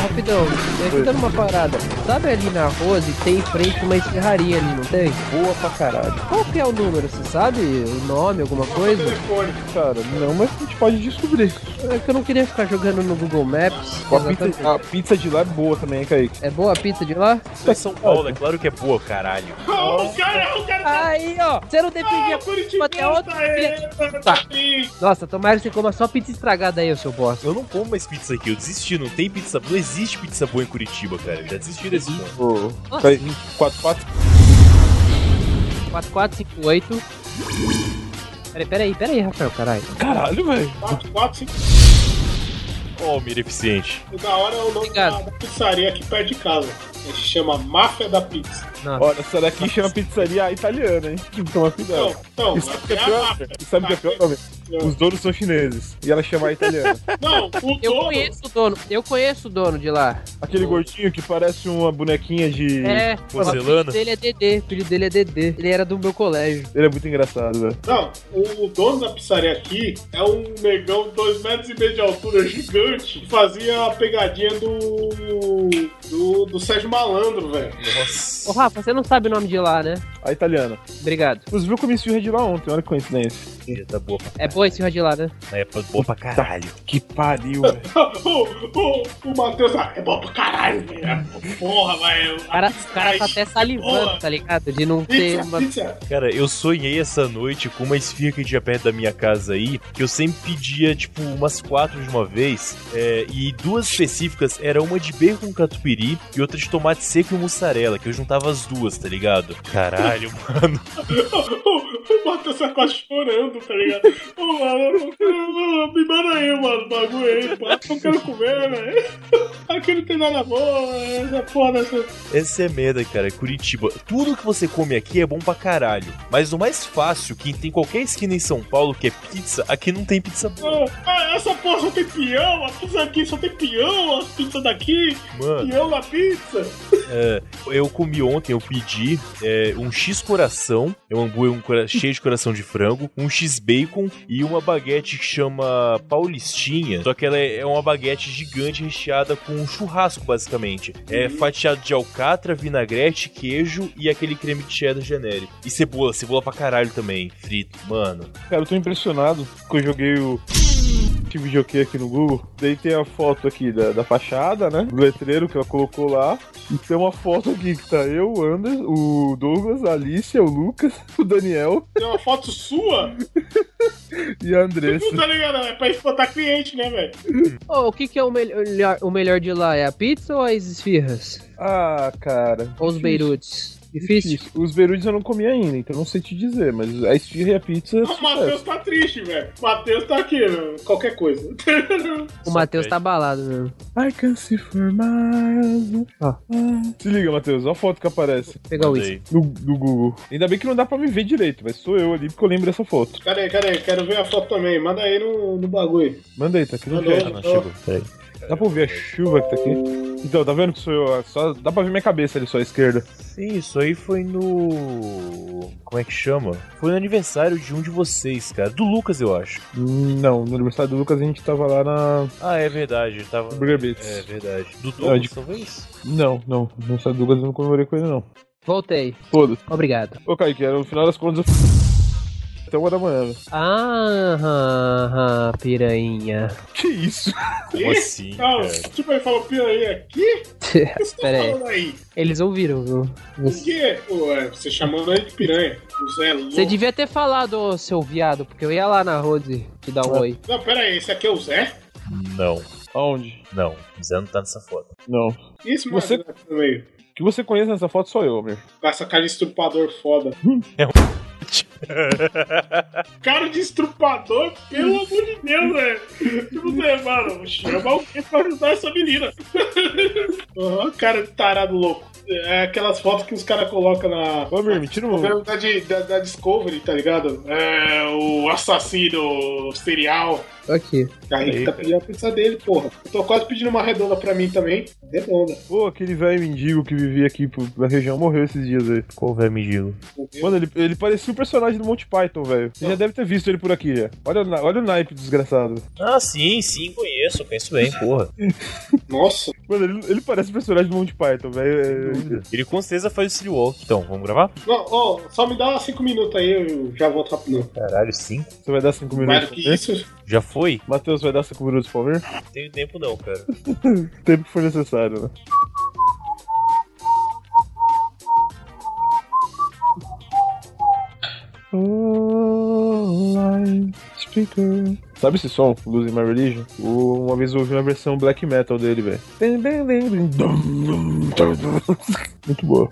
rapidão, é me ajuda numa parada. Sabe ali na Rose tem em frente uma serraria ali, não tem? Boa pra caralho. Qual que é o número? Você sabe? O nome, alguma coisa? Cara, não, mas a gente pode descobrir. É que eu não queria ficar jogando no Google Maps. A pizza, Exatamente. a pizza de lá é boa também, hein, Kaique. É boa a pizza de lá? Isso é São Paulo, é claro que é boa, caralho. O cara, o cara tá. Aí, ó, você não dependia. Ah, Curitiba até outro dia. tá, Tá. tá triste. Nossa, tomara que você coma só pizza estragada aí, ô seu bosta. Eu não como mais pizza aqui, eu desisti, não tem pizza boa, não existe pizza boa em Curitiba, cara. Eu já desisti desse ponto. Ô, Nossa. Kaique, 44. 4458. Peraí, peraí, peraí, Rafael, caralho. Caralho, velho. 4, 4, 5. Ó, oh, mira eficiente. O da hora é o nome da, Obrigado. da pizzaria aqui perto de casa. A gente chama Máfia da Pizza. Nossa. Olha, essa daqui chama pizzaria italiana, hein? Tem que tomar Então, cuidado. então, E sabe o que é é a pior? máfia. E sabe o que é pior? Ô, velho, Os donos são chineses. E ela chama a italiana. Não, o Eu dono. conheço o dono, eu conheço o dono de lá. Aquele gordinho que parece uma bonequinha de. É, Porcelana? o filho dele é Dedê, o filho dele é Dedê. Ele era do meu colégio. Ele é muito engraçado, velho. Não, o dono da pizzaria aqui é um negão de 2 metros e meio de altura, gigante, que fazia a pegadinha do. do, do Sérgio Malandro, velho. Ô, Nossa. Rafa, você não sabe o nome de lá, né? A italiana. Obrigado. Inclusive, eu comi esfirra de lá ontem, olha que coincidência. Tá. Tá boa pra... É boa esse de lá, né? Na época boa pra caralho. Que pariu, velho. o, o, o Matheus ah, é bom pra caralho, velho. Porra, velho. O cara, o cara tá até salivando, Boa. tá ligado? De não ter Pizza, uma. pizza. Cara, eu sonhei essa noite com uma esfirra que tinha perto da minha casa aí, que eu sempre pedia, tipo, umas quatro de uma vez, é, e duas específicas, era uma de bacon catupiry e outra de tomate seco e mussarela, que eu juntava as duas, tá ligado? Caralho, mano. O, o Matheus tá quase chorando, tá ligado? Ô, mano, eu- me manda aí, mano, o bagulho aí, pô. Eu quero comer, velho. Aqui não tem nada bom, essa porra dessa. Essa é a merda, cara. Curitiba. Tudo que você come aqui é bom pra caralho. Mas o mais fácil, que tem qualquer esquina em São Paulo, que é pizza, aqui não tem pizza boa. Ah, essa porra só tem peão, a pizza aqui só tem peão, as pizzas daqui, Mano. peão na pizza. É, eu comi ontem, eu pedi é, um X coração, é um hambúrguer um cora- cheio de coração de frango, um X bacon e uma baguete que chama Paulistinha. Só que ela é, é uma baguete gigante recheada com um churrasco, basicamente. É fatiado de alcatra, vinagrete, queijo e aquele creme de cheddar genérico. E cebola, cebola pra caralho também, frito. Mano, Cara, eu tô impressionado que eu joguei o. Esse videokê aqui no Google. Daí tem a foto aqui da, da fachada, né? Do letreiro que ela colocou lá. E tem uma foto aqui que tá eu, o Anderson, o Douglas, a Alicia, o Lucas, o Daniel Tem uma foto sua? e a Andressa. Não tá ligado? É pra espantar cliente, né, velho? Ô, o que, que é o melhor, o melhor de lá? É a pizza ou as esfirras? Ah, cara. Ou os beirutes? é Difícil? Difícil. Os berudes eu não comi ainda, então não sei te dizer, mas a esfirra e a pizza. O Matheus tá triste, velho. O Matheus tá aqui, né? qualquer coisa. O Matheus tá abalado mesmo. I can see for miles. Ah. Se liga, Matheus, olha a foto que aparece Vou pegar o uísque. aí. no, no Google. Ainda bem que não dá pra me ver direito, mas sou eu ali porque eu lembro dessa foto. Cadê, aí, cadê? aí? Quero ver a foto também. Manda aí no, no bagulho. Manda aí, tá aqui no Mandou. chat. Ah, não, chegou, peraí. Dá pra ouvir a chuva que tá aqui? Então, tá vendo que sou eu? Só, dá pra ver minha cabeça ali só à esquerda. Sim, isso aí foi no. Como é que chama? Foi no aniversário de um de vocês, cara. Do Lucas, eu acho. Hum, Não, no aniversário do Lucas a gente tava lá na. Ah, é verdade. Ele tava. Burger Beats. É verdade. Do Ah, Douglas, de- talvez? Não, não. No aniversário do Lucas eu não comemorei com ele, não. Voltei. Foda-se. Obrigado. Ô, Kaique, era no final das contas eu. Até uma da manhã. né? Ah, ah, ah, piranha. Que isso? Como assim? Não, Cara? tipo, ele falou, pira aí aqui? O que você tá Pera aí. falando aí? Eles ouviram, viu? Por quê? Pô, é, você chamando ele de piranha. Você é louco. Você devia ter falado, ô, seu viado, porque eu ia lá na Rose te dar um oi. Não, pera aí, esse aqui é o Zé? Não, Aonde? não. O Zé não tá nessa foto. Não. E esse Você- você... aqui no meio? O que você conhece nessa foto sou eu, meu. Com essa cara de estrupador foda. Cara de estrupador, pelo amor de Deus, velho. Tipo, né, mano, vou chamar o quê pra ajudar essa menina? Ó, cara de tarado louco. é aquelas fotos que os caras colocam na. Ô, Mir, me tira um. na- Da, de- da, da Discovery, tá ligado? É o assassino serial. Aqui. Aí, Aí, tá cara. pedindo a pizza dele, porra. Eu tô quase pedindo uma redonda pra mim também. Redonda. Pô, aquele velho mendigo que vivia aqui pro- na região morreu esses dias aí. Qual velho mendigo? Mano, ele, ele parecia um personagem do Monty Python, velho. Você já deve ter visto ele por aqui, já. Olha, o na- olha o naipe desgraçado. Ah, sim, sim, conheço, conheço bem, porra. Nossa. Mano, ele, ele parece um personagem do Monty Python, velho. É- Ele com certeza faz o City Walk. Então, vamos gravar? Não, ó, só me dá cinco minutos aí, eu já volto rapidão. Caralho, sim. É, Você vai dar 5 Mais minutos do pra que ver? isso, Já foi? Matheus, vai dar 5 minutos pra ver? Não tenho tempo não, cara. O tempo que for necessário, né? Oh, light speaker. Sabe esse som, Losing My Religion? O- Uma vez eu ouvi uma versão black metal dele, velho. Muito boa.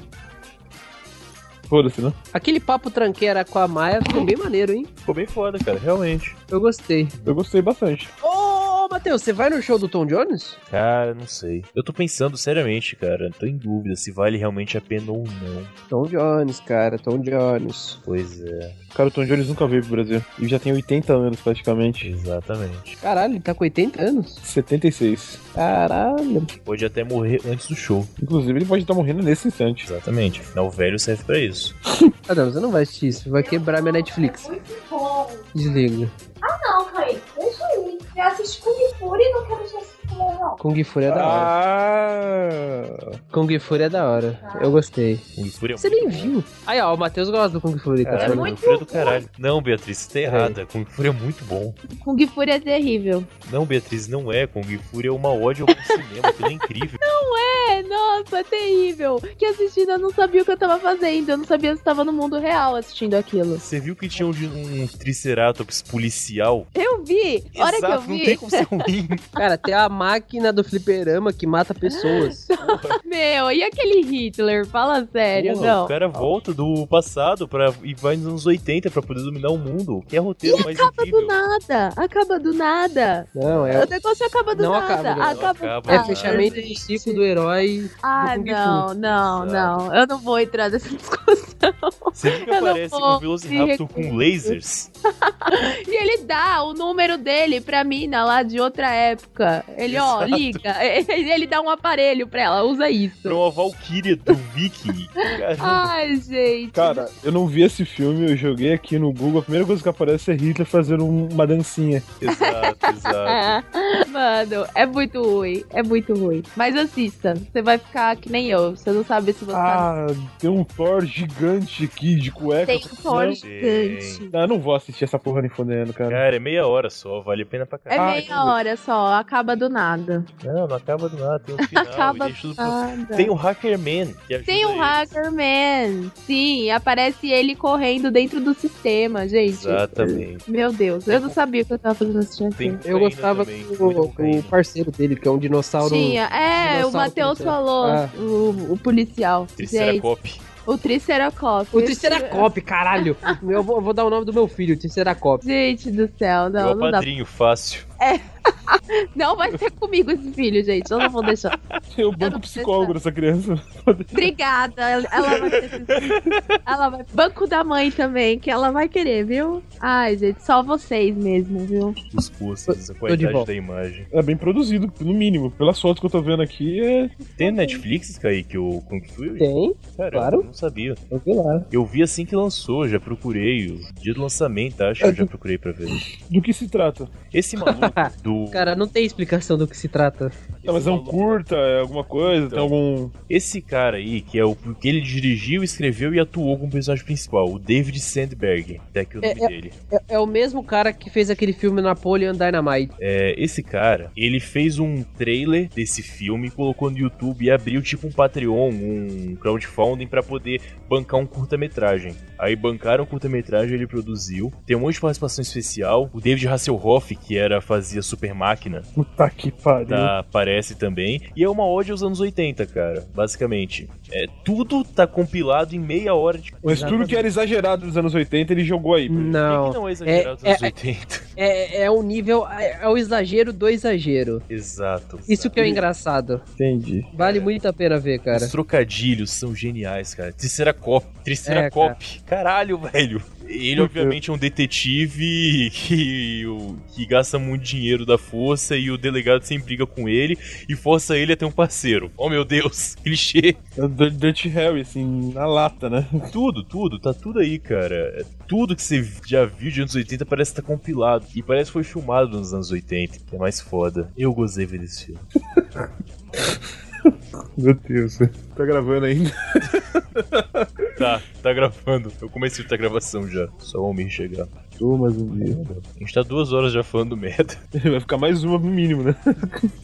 Foda-se, né? Aquele papo tranqueira com a Maia ficou bem maneiro, hein? Ficou bem foda, cara, realmente. Eu gostei. Eu gostei bastante. Ô, Matheus, você vai no show do Tom Jones? Cara, não sei. Eu tô pensando seriamente, cara. Tô em dúvida se vale realmente a pena ou não. Tom Jones, cara, Tom Jones. Pois é, Cara, o Tom Jones nunca veio pro Brasil. Ele já tem 80 anos, praticamente. exatamente. Caralho, ele tá com 80 anos? 76. Caralho. Pode até morrer antes do show. Inclusive, ele pode estar morrendo nesse instante. Exatamente. Afinal, o velho serve pra isso. Ah, não, você não vai assistir isso. Vai quebrar minha Netflix. Muito bom. Desliga. Ah, não, Kaique, deixa aí. Eu assisti Kung Fu e não quero já assistir mais, não. Kung Fu é da hora. Ah! Kung Fu é da hora. Eu gostei. O Fúria é Você nem muito bom. viu. Aí, ó, o Matheus gosta do Kung Fu. ele tá Caralho, É falando. muito Kung Fu é do bom. caralho. Não, Beatriz, você tá errada. Kung Fu é muito bom. Kung Fu é terrível. Não, Beatriz, não é. Kung Fu é uma ódio ao cinema. Aquilo é incrível. É, nossa, é terrível. Que assistindo eu não sabia o que eu tava fazendo. Eu não sabia se tava no mundo real assistindo aquilo. Você viu que tinha um, um Triceratops policial? Eu vi! A hora que eu Exato, não tem vi, como ser ruim. Cara, tem a máquina do fliperama que mata pessoas. meu, e aquele Hitler? Fala sério, Porra, O não. cara volta do passado pra, e vai nos anos 80 pra poder dominar o mundo. Que é roteiro mais Acaba do incrível. nada, acaba do nada. Não, é. O negócio acaba do Não nada. acaba do nada. do Acaba do É nada. Ah, fechamento de ciclo do herói. Ah, do Kung Fu. não, não, Exato. não. Eu não vou entrar nessa discussão. Você viu que Eu não aparece vou um Velociraptor me com lasers? E ele dá o número dele pra mina lá de outra época. Ele, ó, Exato. liga. Ele dá um aparelho pra ela, usa isso. Pra uma Valkyria do Viking. Ah! Caramba. Ai, gente. Cara, eu não vi esse filme, eu joguei aqui no Google, a primeira coisa que aparece é Hitler fazendo um- uma dancinha. Exato, É. exato. Mano, é muito ruim. É muito ruim. Mas assista. Você vai ficar que nem eu. Você não sabe se você Ah, tá. tem um Thor gigante aqui de cueca. Tem um Thor gigante. Ah, eu não vou assistir essa porra nem fodendo, cara. Cara, é meia hora só, vale a pena pra É caralho. Ah, meia hora só, acaba do nada. Não, não acaba do nada, tem um final. Acaba e deixa tudo pro- Nada. Tem o Hackerman. que ajuda Tem o ele. Hackerman. Sim, aparece ele correndo dentro do sistema, gente. Exatamente. Meu Deus, eu não sabia o que eu tava fazendo assistindo Tem aquilo. Eu cocaína gostava também, com muita o, com cocaína. o parceiro dele, que é um dinossauro. Tinha, é, dinossauro o Matheus tentando- falou, Ah. o, o policial. Gente, Triceracop. o Triceracop. O Triceracop, caralho! Eu vou, eu vou dar o nome do meu filho, Triceracop. Gente do céu, não, Igual não dá padrinho, fácil. Não vai ser comigo esse filho, gente. Eu não vou deixar. É. Tem o banco psicólogo dessa criança. Obrigada. Ela vai ter... Ela vai... Banco da mãe também, que ela vai querer, viu? Ai, gente, só vocês mesmo, viu? Os custos, a de qualidade volta. da imagem. É bem produzido, no mínimo. Pelas fotos que eu tô vendo aqui, é... Tem no Netflix, Kaique, o Kung Fury? Uhum. Tem? Cara, claro. eu não sabia. Eu vi lá. Eu vi assim que lançou, já procurei. O dia do lançamento, tá? acho que eu já procurei pra ver. do que se trata. Esse maluco do. Cara, não tem explicação do que se trata. esse Ah, mas é um maluco- curta, é alguma coisa, tem Então. algum... Esse cara aí, que é o que ele dirigiu, escreveu e atuou como personagem principal, o David Sandberg, até aqui o nome É, é- dele. É, é o mesmo cara que fez aquele filme Napoleon Dynamite. É, esse cara, ele fez um trailer desse filme, colocou no YouTube e abriu tipo um Patreon, um crowdfunding pra poder bancar um curta-metragem. Aí bancaram o curta-metragem, ele produziu. Tem um monte de participação especial. O David Hasselhoff, que era fazia Super Máquina, Puta que pariu. tá, aparece também. E é uma ode aos anos 80, cara, basicamente. É, tudo tá compilado em meia hora de Mas tudo que era exagerado dos anos 80, ele jogou aí. Por que Não. que não é exagerado É- nos é- 80? É, é um nível. É, é o exagero do exagero. Exato. Isso que é o engraçado. Entendi. Vale muito a pena ver, cara. Os trocadilhos são geniais, cara. Triceracop. Triceracop. Caralho, velho. Ele, Meu obviamente, é um detetive que, o- que gasta muito dinheiro da força e o delegado sempre briga com ele e força ele a ter um parceiro. Oh, meu Deus. Clichê. É o Dirty Dirty Harry, assim, na lata, né? Tudo, tudo. Tá tudo aí, cara. É Tudo que você já viu de anos 80 parece estar compilado. E parece que foi filmado nos anos 80. É mais foda. Eu gozei ver desse filme. Meu Deus. Tá gravando ainda? Tá, tá gravando. Eu comecei a gravação já. Só o Almir chegar. Tô, mas um dia. A gente tá duas horas já falando merda. Vai ficar mais uma no mínimo, né?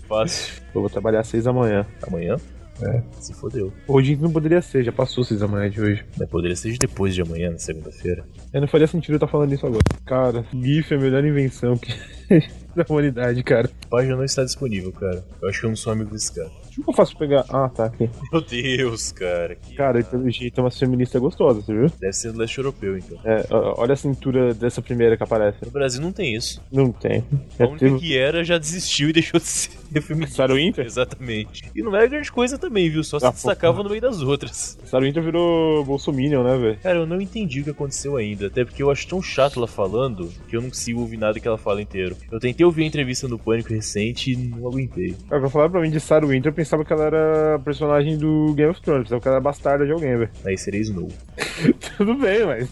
Fácil. Eu vou trabalhar às seis da manhã. Amanhã? É. Se fodeu. Hoje não poderia ser, já passou seis da manhã de hoje. Mas poderia ser de depois de amanhã, na segunda-feira. Eu não faria sentido eu estar falando isso agora. Cara, GIF é a melhor invenção que... da humanidade, cara. A página não está disponível, cara. Eu acho que eu não sou amigo desse cara. Como eu faço pra pegar... Ah, tá, aqui. Meu Deus, cara. Que... Cara, pelo jeito é uma feminista gostosa, você viu? Deve ser do leste europeu, então. É, ó, olha a cintura dessa primeira que aparece. No Brasil não tem isso. Não tem. A É única teve... que era já desistiu e deixou de ser feminista. Sarah Winter? Exatamente. E não era grande coisa também, viu? Só se Ah, pô. destacava no meio das outras. Sarah Winter virou Bolsominion, né, velho? Cara, eu não entendi o que aconteceu ainda, até porque eu acho tão chato ela falando que eu não consigo ouvir nada que ela fala inteiro. Eu tentei ouvir a entrevista no Pânico recente e não aguentei. Cara, É, Quando falaram pra mim de Sarah Winter, eu pensava que ela era personagem do Game of Thrones. Pensava que ela era bastarda de alguém, velho. Aí seria Snow. Tudo bem, mas...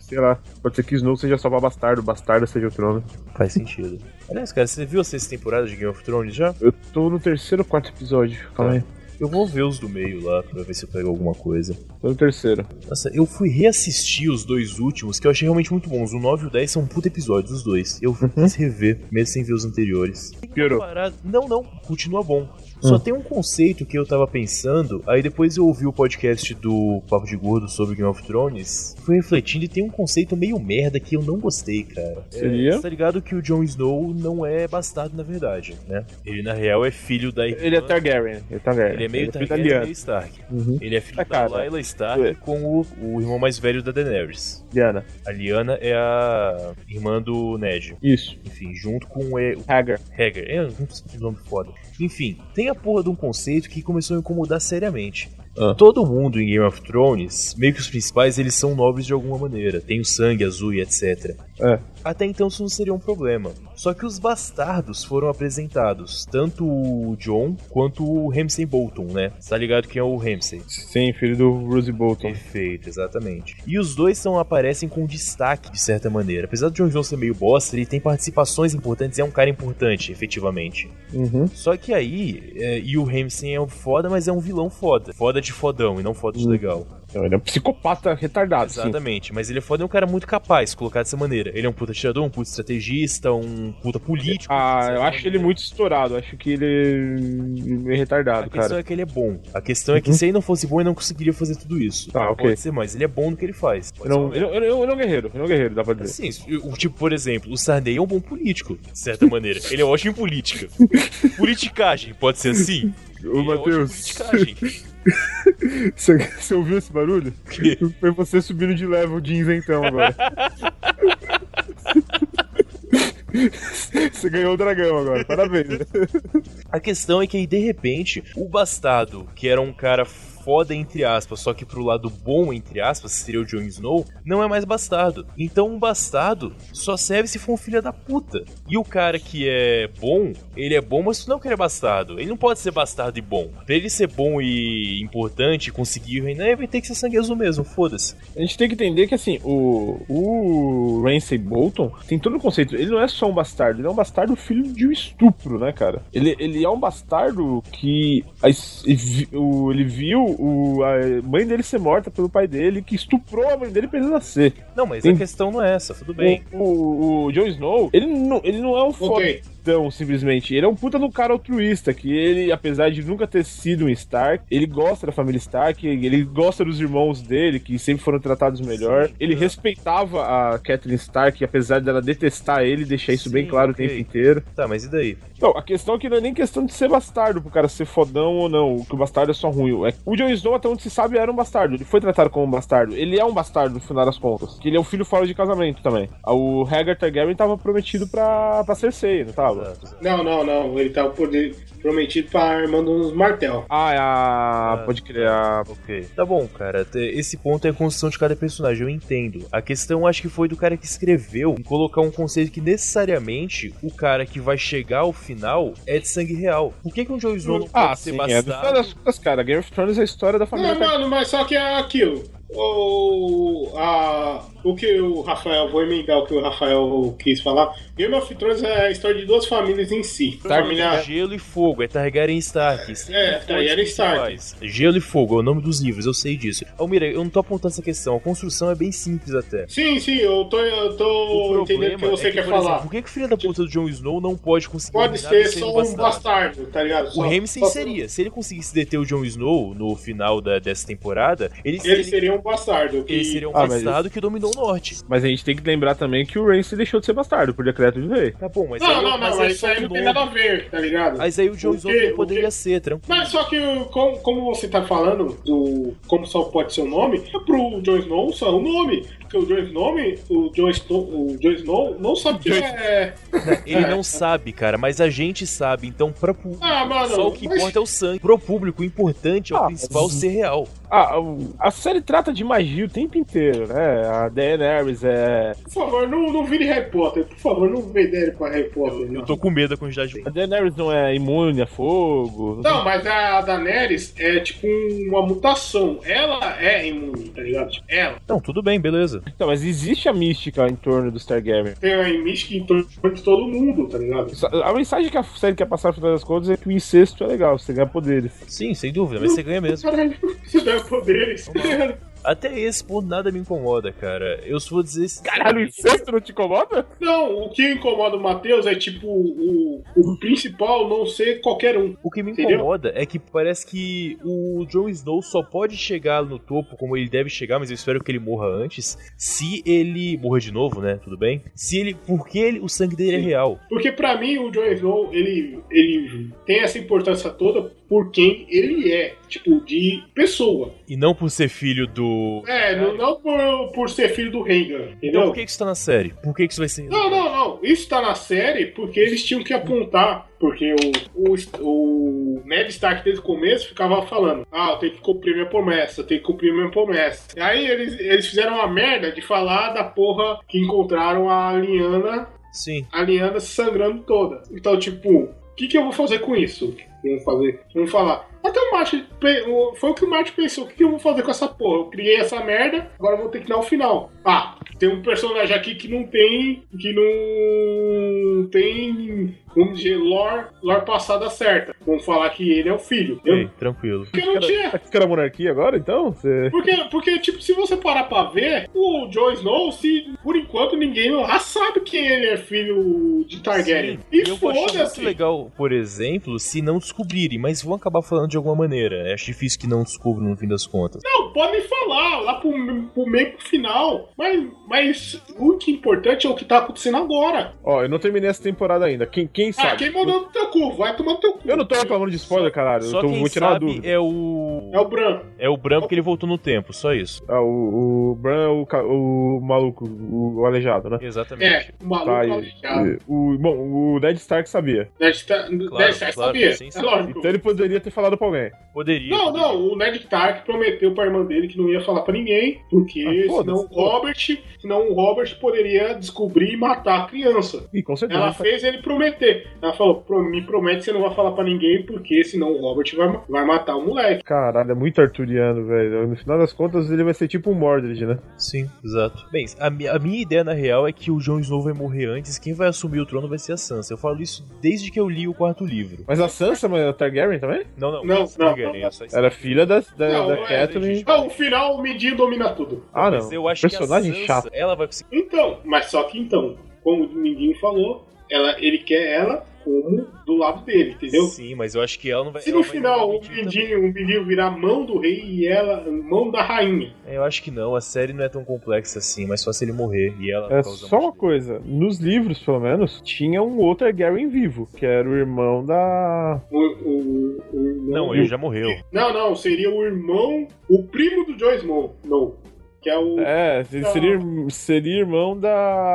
Sei lá, pode ser que Snow seja só pra bastardo, bastarda seja o trono. Faz sentido. Aliás, cara, você viu a sexta temporada de Game of Thrones já? Eu tô no terceiro ou quarto episódio, calma aí. Eu vou ver os do meio lá pra ver se eu pego alguma coisa. Tô no terceiro. Nossa, eu fui reassistir os dois últimos, que eu achei realmente muito bons. O 9 e o 10 são puta episódios, os dois. Eu quis rever, mesmo sem ver os anteriores. Piorou. Parado- Não, não, continua bom. Hum. Só tem um conceito que eu tava pensando, aí depois eu ouvi o podcast do Papo de Gordo sobre Game of Thrones, fui refletindo e tem um conceito meio merda que eu não gostei, cara. É, Seria? você tá ligado que o Jon Snow não é bastardo na verdade, né? Ele na real é filho da irmã. Ele é Targaryen. Ele é Targaryen. Ele é filho meio da Targaryen, Lyanna. meio Stark. Uhum. Ele é filho É, da cara. Lyla Stark É. com o, o irmão mais velho da Daenerys. Lyanna. A Lyanna é a irmã do Ned. Isso. Enfim, junto com é, Hagar. Hager, é um nome foda. Enfim, tem a porra de um conceito que começou a incomodar seriamente. Ah. Todo mundo em Game of Thrones, meio que os principais, eles são nobres de alguma maneira. Tem o sangue azul e etc. É. Até então isso não seria um problema. Só que os bastardos foram apresentados, tanto o John quanto o Ramsay Bolton, né? Você Tá ligado quem é o Ramsay? Sim, filho do Rose Bolton. Perfeito, exatamente. E os dois são aparecem com destaque, de certa maneira. Apesar do Jon Snow ser meio bosta, ele tem participações importantes e é um cara importante, efetivamente. Uhum. Só que aí, é, e o Ramsey é um foda, mas é um vilão foda. Foda de fodão e não foda de Hum. legal. Então, ele é um psicopata retardado, sim. Exatamente. Mas ele é foda e é um cara muito capaz, colocar dessa maneira. Ele é um puta atirador, um puta estrategista, um puta político. assim, de Ah, certa eu acho ele maneira. muito estourado. Acho que ele é A retardado, questão cara. é que ele é bom. A questão é que Uhum. se ele não fosse bom, ele não conseguiria fazer tudo isso. Tá, ok. Pode ser mais, ele é bom no que ele faz. Pode Ele ser é, uma um, ele, é um- ele é um- ele é um guerreiro, ele é um guerreiro, dá pra dizer. Sim, o tipo, por exemplo, o Sarney é um bom político, de certa maneira. Ele é ótimo em política. Politicagem, pode ser assim? Ô, Ele é ótimo em Matheus, politicagem. você, você ouviu esse barulho? Que? Foi você subindo de level de isentão agora. Você ganhou o dragão agora, parabéns. A questão é que aí, de repente, o bastardo, que era um cara foda, entre aspas, só que pro lado bom, entre aspas, seria o Jon Snow, não é mais bastardo. Então um bastardo só serve se for um filho da puta. E o cara que é bom, ele é bom, mas não que ele é bastardo. Ele não pode ser bastardo e bom. Pra ele ser bom e importante, conseguir reinar, ele vai ter que ser sangue azul mesmo, foda-se. A gente tem que entender que, assim, o, o Ramsay Bolton tem todo o conceito. Ele não é só um bastardo, ele é um bastardo filho de um estupro, né, cara? Ele, ele é um bastardo que a es- ele vi- o- ele viu o- a mãe dele ser morta pelo pai dele, que estuprou a mãe dele pra ele nascer. Não, mas a Sim. questão não é essa, tudo bem. O, o, o Jon Snow, ele não, ele não é um foda. Ok, cristão, simplesmente. Ele é um puta do cara altruísta, que ele, apesar de nunca ter sido um Stark, ele gosta da família Stark, ele gosta dos irmãos dele, que sempre foram tratados melhor. Ele respeitava a Catelyn Stark, apesar dela detestar ele, deixar isso bem Sim, claro ok. o tempo inteiro. Tá, mas e daí? Não, a questão é que não é nem questão de ser bastardo pro cara ser fodão ou não, que o bastardo é só ruim. É, o Jon Snow, até onde se sabe, era um bastardo. Ele foi tratado como um bastardo. Ele é um bastardo, no final das contas. Que ele é um filho fora de casamento também. O Hagar Targaryen tava prometido pra, pra Cersei, não tava? Não, não, não. Ele tava por prometido pra irmã dos Martel. Ah, é a... Ah. pode criar... Ok. Tá bom, cara. Te- Esse ponto é a construção de cada personagem, eu entendo. A questão acho que foi do cara que escreveu em colocar um conceito que necessariamente o cara que vai chegar ao final é de sangue real. Por que, que um Joe Snow não pode Ah, ser sim, é. No final bastardo? das contas, cara, Game of Thrones é a história da família Não, Targaryen. mano, mas só que é aquilo. O, a, o que o Rafael, vou emendar o que o Rafael quis falar. Game of Thrones é a história de duas famílias em si. Targaryen, Família, gelo e fogo, é Targaryen Stark. Sempre É, foi Targaryen os Stark. principais. Gelo e fogo é o nome dos livros, eu sei disso. Almira, eu não tô apontando essa questão, a construção é bem simples até. sim, sim, eu tô, eu tô entendendo o que você é quer por falar. exemplo, por que, que o filho da puta do Jon Snow não pode conseguir Pode dominar ser sendo só um bastardo, tá ligado? O Só- Ramsay só- seria. Se ele conseguisse deter o Jon Snow no final da- dessa temporada, ele, Ele seria um bastardo. Que... ele seria um Ah, mas- bastardo que dominou o norte. Mas a gente tem que lembrar também que o Ramsay deixou de ser bastardo por decreto de rei. Tá bom, mas Não, aí, não, não, mas mas, aí isso só aí um não tem novo. nada a ver, tá ligado? Mas aí o Jon O Snow quê? não poderia ser, tranquilo. Mas só que, como, como você tá falando do como só pode ser o nome, é pro Jon Snow só o nome. Porque o Jon Snow, o Jon Snow, o Jon Snow não sabe que é... Ele não sabe, cara, mas a gente sabe. Então, pra pu- Ah, mano, só o que mas- importa é o sangue. Pro público, o importante é o Ah, principal ser real. Ah, o- a série trata de magia o tempo inteiro, né? A Daenerys é Por favor, não, não vire Harry Potter. Por favor, não venere pra Harry Potter, não. Eu tô com medo da quantidade de. A Daenerys não é imune a fogo. Não, mas a Daenerys é tipo uma mutação. Ela é imune, tá ligado? Tipo, Ela. Não, tudo bem, beleza. Então, mas existe a mística em torno dos Targaryen. Tem a Mystic em torno de todo mundo, tá ligado? A mensagem que a série quer passar no final das contas é que o incesto é legal, você ganha poderes. Sim, sem dúvida, mas você ganha mesmo. Caralho, você dá poderes. Até esse ponto nada me incomoda, cara. Eu só vou dizer. Caralho, o incesto não te incomoda? Não, o que incomoda o Matheus é tipo o, o principal não ser qualquer um. O que me Entendeu? incomoda é que parece que o Jon Snow só pode chegar no topo como ele deve chegar, mas eu espero que ele morra antes. Se ele morra de novo, né? Tudo bem? Se ele, porque ele, o sangue dele é real. Porque pra mim o Jon Snow, ele, ele tem essa importância toda por quem ele é, tipo, de pessoa. E não por ser filho do. É, não, não por, por ser filho do Rengar, Então entendeu? por que que isso tá na série? Por que que isso vai ser. Não, não, não. Isso tá na série porque eles tinham que apontar. Porque o, o, o Ned Stark desde o começo ficava falando: Ah, eu tenho que cumprir minha promessa, eu tenho que cumprir minha promessa. E aí eles, eles fizeram uma merda de falar da porra que encontraram a Lyanna, Sim. a Lyanna se sangrando toda. Então, tipo, o que, que eu vou fazer com isso? Vamos fazer, vamos falar. Até o Martin, pe- o- foi o que o Martin pensou: o que, que eu vou fazer com essa porra? Eu criei essa merda, agora eu vou ter que dar o final. Ah, tem um personagem aqui que não tem. que não tem. vamos dizer, lore, lore passada certa. Vamos falar que ele é o filho. Ok, tranquilo. Porque não tinha. Tá ficando a monarquia agora, então? Você... Porque, porque, tipo, se você parar pra ver, o Jon Snow, se, por enquanto, ninguém lá sabe que ele é filho de Targaryen. Sim, E eu vou achar muito foda-se. legal, por exemplo, se não descobrirem, mas vão acabar falando de alguma maneira. Acho difícil que não descubram no fim das contas. Não, pode me falar, lá pro, pro meio pro final. Mas, mas o que é importante é o que tá acontecendo agora. Ó, eu não terminei essa temporada ainda. Quem, quem sabe? Ah, quem mandou no teu cu? Vai tomar no teu cu. Eu não tô reclamando de spoiler, caralho. Só eu tô, quem vou tirar uma sabe dúvida. é o. É o branco. É o Bran porque ele voltou no tempo, só isso. Ah, o, o Bran é o, ca- o maluco, o, o aleijado, né? Exatamente. É, o maluco Tá, e- aleijado. e- o, bom, o Ned Stark sabia. Ned Stark, Ned Stark claro, sabia, sim, é sim. lógico. Então ele poderia ter falado pra alguém. Poderia. É. Não, não, o Ned Stark prometeu pra irmã dele que não ia falar pra ninguém, porque Ah, foda-se, senão, o foda-se. Robert, senão o Robert poderia descobrir e matar a criança. Ih, com certeza. Ela fez ele prometer. Ela falou, "Pro- me promete que você não vai falar pra ninguém, porque senão o Robert vai, ma- vai matar o moleque. Caralho, é muito arturiano, velho. No final das contas, ele vai ser tipo um Mordred, né? Sim, exato. Bem, a, mi- a minha ideia na real é que o Jon Snow vai morrer antes, quem vai assumir o trono vai ser a Sansa. Eu falo isso desde que eu li o quarto livro. Mas a Sansa, mas a Targaryen também? Não, não, Não, Sansa não, Targaryen, não. é só isso. Era filha da, da, Não, da não é, Catelyn. gente. Então, o final, o Medinho domina tudo. ah, não. Mas eu acho Personagem que a Sansa, chato. ela vai conseguir. Então, mas só que então, como o Mindinho falou, ela, ele quer ela como do lado dele, entendeu? Sim, mas eu acho que ela não vai. Se ela no vai final o mudar muito também. Mindinho, o Mindinho virar mão do rei e ela mão da rainha. É, Eu acho que não, a série não é tão complexa assim, mas só se ele morrer e ela É causa a só morte uma dele. coisa, nos livros, pelo menos, tinha um outro Garen vivo, que era o irmão da. O, o- o irmão Não, do- ele já morreu. não, não, seria o irmão, o primo do Joe Snow, não, que é o É, seria, seria irmão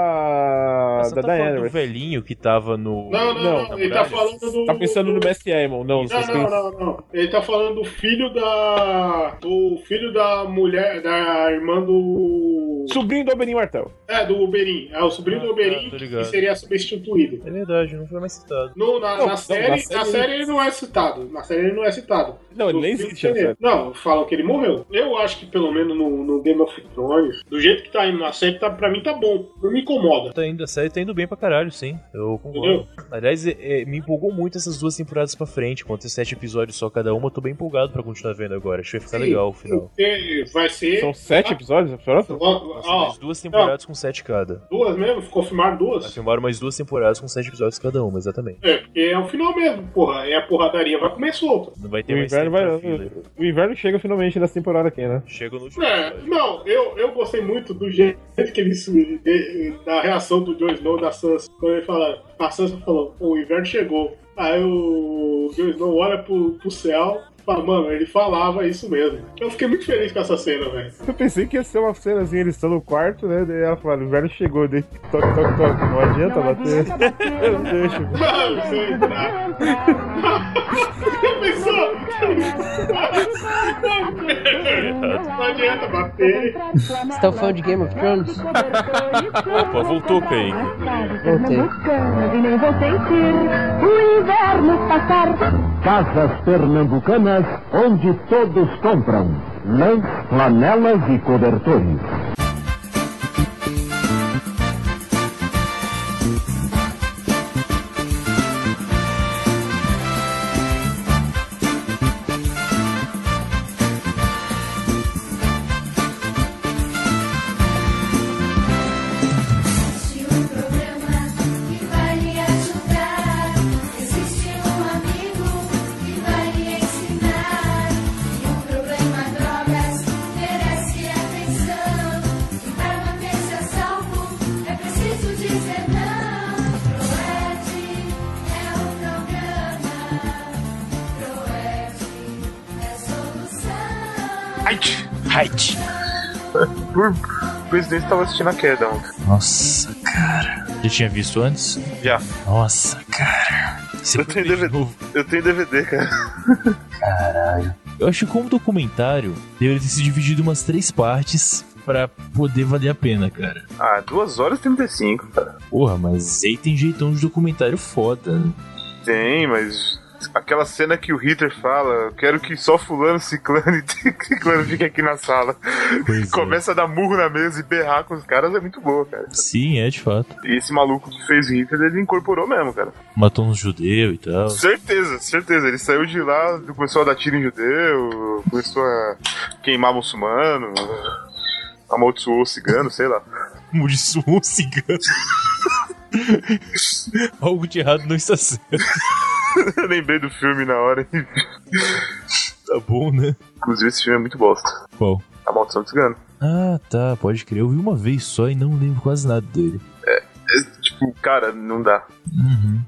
da. Mas você da tá Diana. falando do Rick. velhinho que tava no. Não, não, não, Não, ele tá Muralhas? falando do Tá pensando no né? Messi Aemon, não, Não, vocês têm- não, não, não. Ele tá falando do filho da. Do filho da mulher. Da irmã do. Sobrinho do Oberyn Martel. É, do Oberin. É o sobrinho Ah, do Oberin tá, tô ligado. que seria substituído. É verdade, não foi mais citado. No, na, Não, na não, série, na na série série, ele- ele não é citado. Na série ele não é citado. Não, ele No nem filme existe, na ele- série. Não, falam que ele morreu. Eu acho que pelo menos no, no Game of Thrones, do jeito que tá indo na série, tá, pra mim tá bom. Não me incomoda. Tá indo, a série tá indo bem pra caralho, sim. Eu concordo. Entendeu? Aliás, é- é, me empolgou muito essas duas temporadas pra frente. Quanto tem sete episódios só cada uma, eu tô bem empolgado pra continuar vendo agora. Acho que vai ficar Sim. legal o final. Porque vai ser. São sete episódios, afinal? Ó, Nossa, ó, mais duas temporadas com sete cada. duas mesmo? Confirmaram Vai duas? um- filmar mais duas temporadas com sete episódios cada uma, exatamente. É, porque é o final mesmo, porra. É a porradaria, vai comer solta. Não vai ter O mais inverno, tempo vai, pra filler. o inverno chega finalmente nessa temporada aqui, né? Chega no último É, episódio. não, eu, eu gostei muito do jeito que ele su- de- da reação do Jon Snow da Sansa. Quando ele fala, a Sansa falou, o inverno chegou. Aí o Jon Snow olha pro, pro céu e fala, mano, ele falava isso mesmo. Eu fiquei muito feliz com essa cena, velho. Eu pensei que ia ser uma cenazinha, eles estão no quarto, né? Daí ela fala, o inverno chegou, daí toque, toque, toque, não adianta bater. Eu deixo. Mano, isso é entrar. Pensou? Não adianta bater. Estão falando de Game of Thrones? Opa, voltou, Pei. Voltei. Casas Pernambucanas, onde todos compram. Lãs, flanelas e cobertores. Existe um programa que vai lhe ajudar. Existe um amigo que vai lhe ensinar. E o problema drogas merece atenção. E para manter-se a salvo é preciso dizer não. Proed é o programa. Proed é solução. Por coincidência, tava assistindo a queda ontem. Nossa, cara. Já tinha visto antes? Já. Nossa, cara. Você Eu foi tenho ver de DVD. novo. Eu tenho DVD, cara. Eu acho que como documentário, deveria ter se dividido em umas três partes pra poder valer a pena, cara. Ah, 2 horas e 35, cara. Porra, mas aí tem jeitão de documentário foda. né? Tem, mas. Aquela cena que o Hitler fala, eu quero que só fulano, ciclano e ciclano fique aqui na sala. Pois é. Começa a dar murro na mesa e berrar com os caras, é muito boa, cara. Sim, é de fato. E esse maluco que fez o Hitler, ele incorporou mesmo, cara. Matou uns judeu e tal. Certeza, certeza. Ele saiu de lá, começou a dar tiro em judeu, começou a queimar muçulmano, amaldiçoou o cigano, sei lá. Muriçoou um cigano. Algo de errado não está certo. Eu lembrei do filme na hora. Tá bom, né? Inclusive, esse filme é muito bosta. Qual? A Maldição do Cigano. Ah, tá, pode crer. Eu vi uma vez só e não lembro quase nada dele. É, tipo, cara, não dá. Uhum.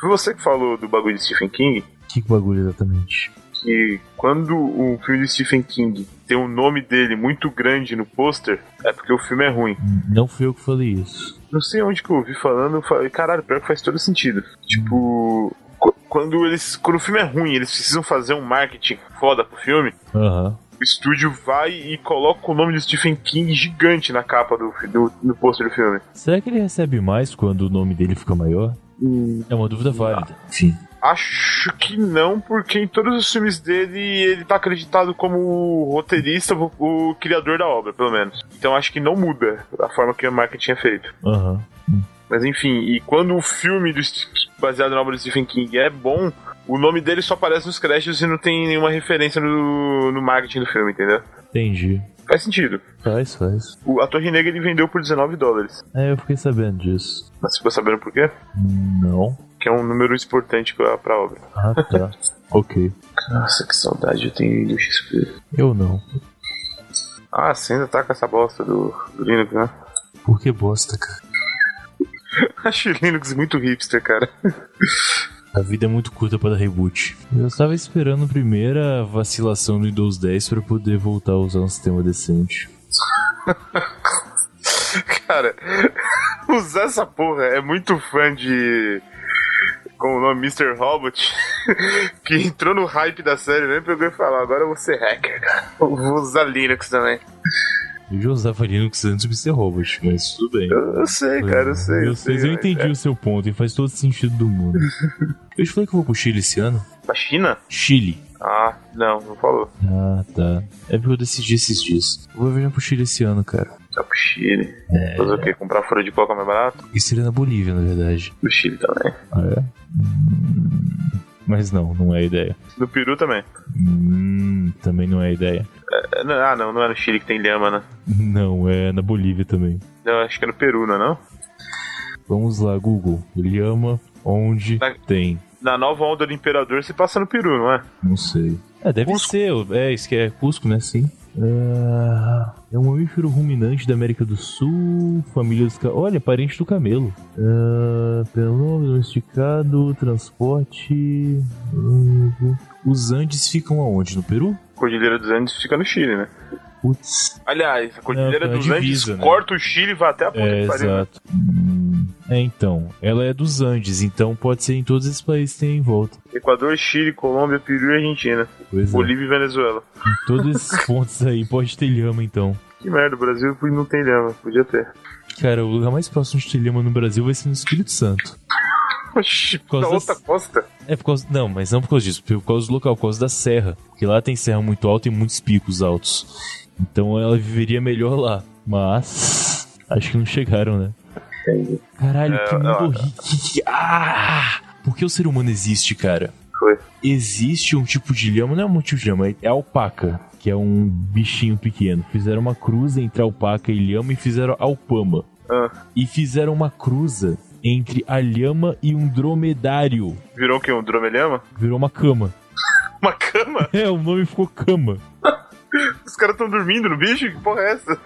Foi você que falou do bagulho de Stephen King? Que bagulho exatamente? Que quando o filme de Stephen King tem o nome dele muito grande no pôster, é porque o filme é ruim. Não fui eu que falei isso. Não sei onde que eu ouvi falando, eu falei, caralho, pior que faz todo sentido. Tipo. qu- Quando eles. Quando o filme é ruim, eles precisam fazer um marketing foda pro filme. Aham. O estúdio vai e coloca o nome de Stephen King gigante na capa do, fi- do, do pôster do filme. Será que ele recebe mais quando o nome dele fica maior? É uma dúvida válida. Enfim. Acho que não, porque em todos os filmes dele ele tá acreditado como o roteirista, o, o criador da obra, pelo menos. Então acho que não muda a forma que o marketing é feito. Aham. Mas enfim, e quando o filme do St- baseado na obra de Stephen King é bom, o nome dele só aparece nos créditos e não tem nenhuma referência no, no marketing do filme, entendeu? Entendi. Faz sentido. Faz, faz. O, a Torre Negra ele vendeu por 19 dólares. É, eu fiquei sabendo disso. Mas você ficou sabendo por quê? Não. que é um número importante pra, pra obra. Ah, tá. ok. Nossa, que saudade eu tenho do XP. Eu não. Ah, você ainda tá com essa bosta do, do Linux, né? Por que bosta, cara? Acho o Linux muito hipster, cara. A vida é muito curta para dar reboot. Eu estava esperando a primeira vacilação do Windows 10 para poder voltar a usar um sistema decente. Cara, usar essa porra é muito fã de. Com o nome Mr. Robot, que entrou no hype da série, nem pegou e falou: agora eu vou ser hacker, cara. Eu Vou usar Linux também. Eu já usava Linux antes de ser robot, mas tudo bem. Eu, eu sei, cara, é, eu sei. Eu, sei, eu mas entendi o seu ponto e faz todo sentido do mundo. eu te falei que eu vou pro Chile esse ano? é. Pra China? Chile. Ah, não, não falou. Ah, tá. É porque eu decidi esses dias. Eu vou viajar pro Chile esse ano, cara. Tá pro Chile. Fazer o quê? Comprar furo de coca mais barato? E seria na Bolívia, na verdade. No Chile também. Ah, é? Hum, Mas não, não é a ideia. No Peru também. Hum, também não é a ideia. É, não- Ah, não, não é no Chile que tem lhama, né? Não, é na Bolívia também. Não, acho que é no Peru, não é não? Vamos lá, Google. Ele ama onde Tá. tem. Na nova onda do Imperador se passa no Peru, não é? Não sei. É, deve ser. É, isso que é Cusco, né? Sim. Ah, é um mamífero ruminante da América do Sul, família dos... ca- Olha, parente do camelo. Ah, Pelo domesticado, transporte... hum, Os Andes ficam aonde? No Peru? Cordilheira dos Andes fica no Chile, né? Putz, Aliás, a Cordilheira Não, é dos divisa, Andes né? corta o Chile e vai até a puta é, que pariu. né? exato. Hum, É, então, ela é dos Andes, então pode ser em todos esses países que tem em volta. Equador, Chile, Colômbia, Peru e Argentina. Pois é, Bolívia e Venezuela. em todos esses pontos aí pode ter lhama, então. Que merda, o Brasil não tem lhama, podia ter. Cara, o lugar mais próximo de ter lhama no Brasil vai ser no Espírito Santo. Oxi, causa na outra das- costa. É por causa. Não, mas não por causa disso, por causa do local, por causa da serra. Porque lá tem serra muito alta e muitos picos altos. Então ela viveria melhor lá. Mas. Acho que não chegaram, né? Caralho, É, que mundo ó, horrível. Ah! Por que o ser humano existe, cara? Foi. Existe um tipo de lhama, não é um tipo de lhama, é alpaca, que é um bichinho pequeno. Fizeram uma cruza entre alpaca e lhama e fizeram alpama. Ah. E fizeram uma cruza entre a lhama e um dromedário. Virou o quê? Um dromelhama? Virou uma cama. Uma cama? É, o nome ficou cama. Os caras estão dormindo no bicho? Que porra é essa?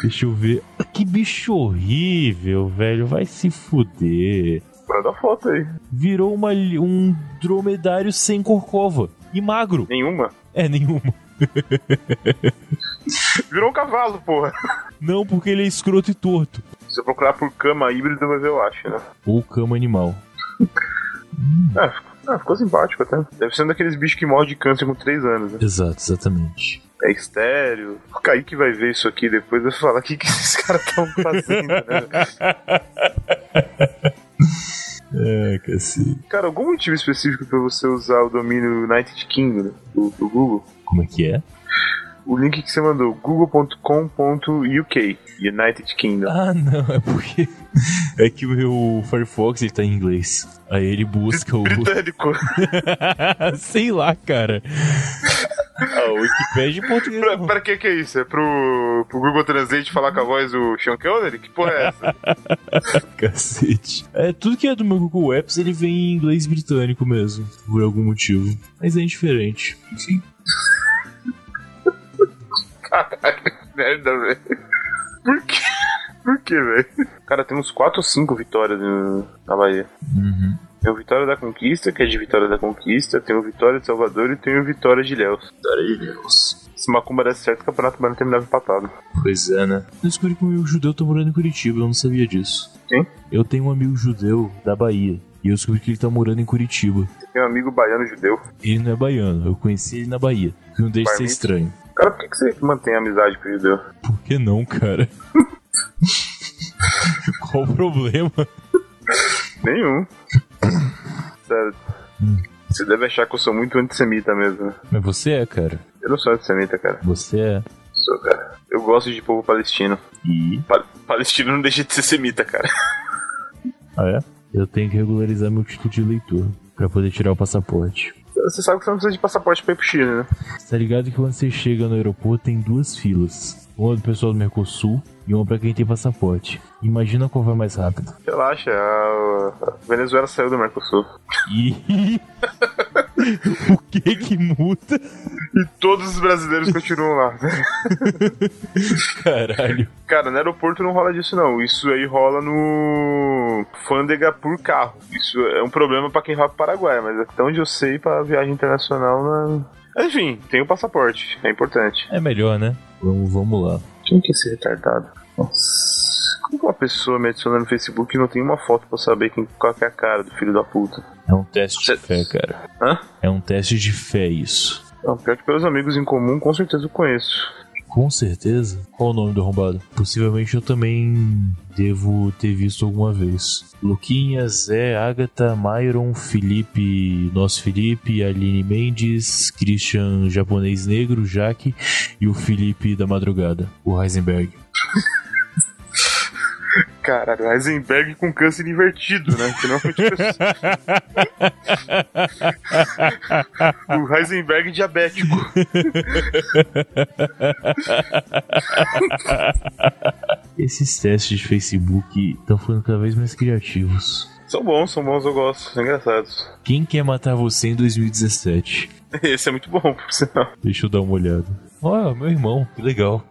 Deixa eu ver. Que bicho horrível, velho. Vai se fuder. Manda a foto aí. Virou uma li- um dromedário sem corcova. E magro. Nenhuma. É, nenhuma. Virou um cavalo, porra. Não, porque ele é escroto e torto. Se eu procurar por cama híbrida, vai ver, eu acho, né? Ou cama animal. Ah, ficou- ah, ficou simpático até. Deve ser um daqueles bichos que morrem de câncer com 3 anos, né? Exato, exatamente. É estéreo. O Kaique vai ver isso aqui depois e vai falar o que, que esses caras estão fazendo, né? É, cacete. Cara, algum motivo específico pra você usar o domínio United Kingdom do, do Google? Como é que é? O link que você mandou, google.com.uk, United Kingdom. Ah, não, é porque. É que o meu Firefox ele tá em inglês. Aí ele busca o. Britânico. Sei lá, cara. Ah, o Wikipedia em português. pra, não. pra que que é isso? É pro, pro Google Translate falar com a voz do Sean Connery? Que porra é essa? Cacete. É, tudo que é do meu Google Apps, ele vem em inglês britânico mesmo, por algum motivo. Mas é indiferente. Enfim. Merda, velho. Por quê? Por quê, velho? Cara, temos 4 ou 5 vitórias no- na Bahia. Uhum. Tem o Vitória da Conquista, que é de Vitória da Conquista. Tem o Vitória de Salvador e tem o Vitória de Léus. Vitória de Léus. Se Macumba desse certo, o Campeonato Baiano terminava empatado. Pois é, né? Eu descobri que um amigo judeu tá morando em Curitiba, eu não sabia disso. Quem? Eu tenho um amigo judeu da Bahia. E eu descobri que ele tá morando em Curitiba. Tem um amigo baiano judeu. Ele não é baiano, eu conheci ele na Bahia. O Que não deixa de ser Barmito. estranho. Cara, por que, que você mantém a amizade com o judeu? Por que não, cara? Qual o problema? Nenhum. Sério. Hum. Você deve achar que eu sou muito antissemita mesmo. né? Mas você é, cara. Eu não sou antissemita, cara. Você é. Sou, cara. Eu gosto de povo palestino. E. Pa- palestino não deixa de ser semita, cara. Ah, é? Eu tenho que regularizar meu título de leitor pra poder tirar o passaporte. Tá Você sabe que você não precisa de passaporte pra ir pro Chile, né? Tá ligado que quando você chega no aeroporto tem duas filas. Uma do pessoal do Mercosul e uma pra quem tem passaporte. Imagina qual vai mais rápido. Relaxa, a a Venezuela saiu do Mercosul. E... o que que muda? E todos os brasileiros continuam lá. Caralho. Cara, no aeroporto não rola disso, não. Isso aí rola no. Fândega por carro. Isso é um problema pra quem vai pro Paraguai, mas até onde eu sei, pra viagem internacional. não. Enfim, tem o passaporte, é importante. É melhor, né? Vamos, vamos lá. Quem que é esse retardado? Nossa. Como que uma pessoa me adiciona no Facebook e não tem uma foto pra eu saber quem, qual que é a cara do filho da puta? É um teste Cê- de fé, cara. Hã? É um teste de fé isso. Não, pior que pelos amigos em comum, com certeza eu conheço. Com certeza. Qual o nome do arrombado? Possivelmente eu também devo ter visto alguma vez. Luquinha, Zé, Agatha, Myron, Felipe, nosso Felipe, Aline Mendes, Christian, japonês negro, Jaque e o Felipe da madrugada, o Heisenberg. Caralho, Heisenberg com câncer invertido, né? Que não foi tipo O Heisenberg diabético. Esses testes de Facebook estão ficando cada vez mais criativos. São bons, são bons, eu gosto, são engraçados. Quem quer matar você em 2017? Esse é muito bom, por sinal. Deixa eu dar uma olhada. Ó, meu irmão, que legal.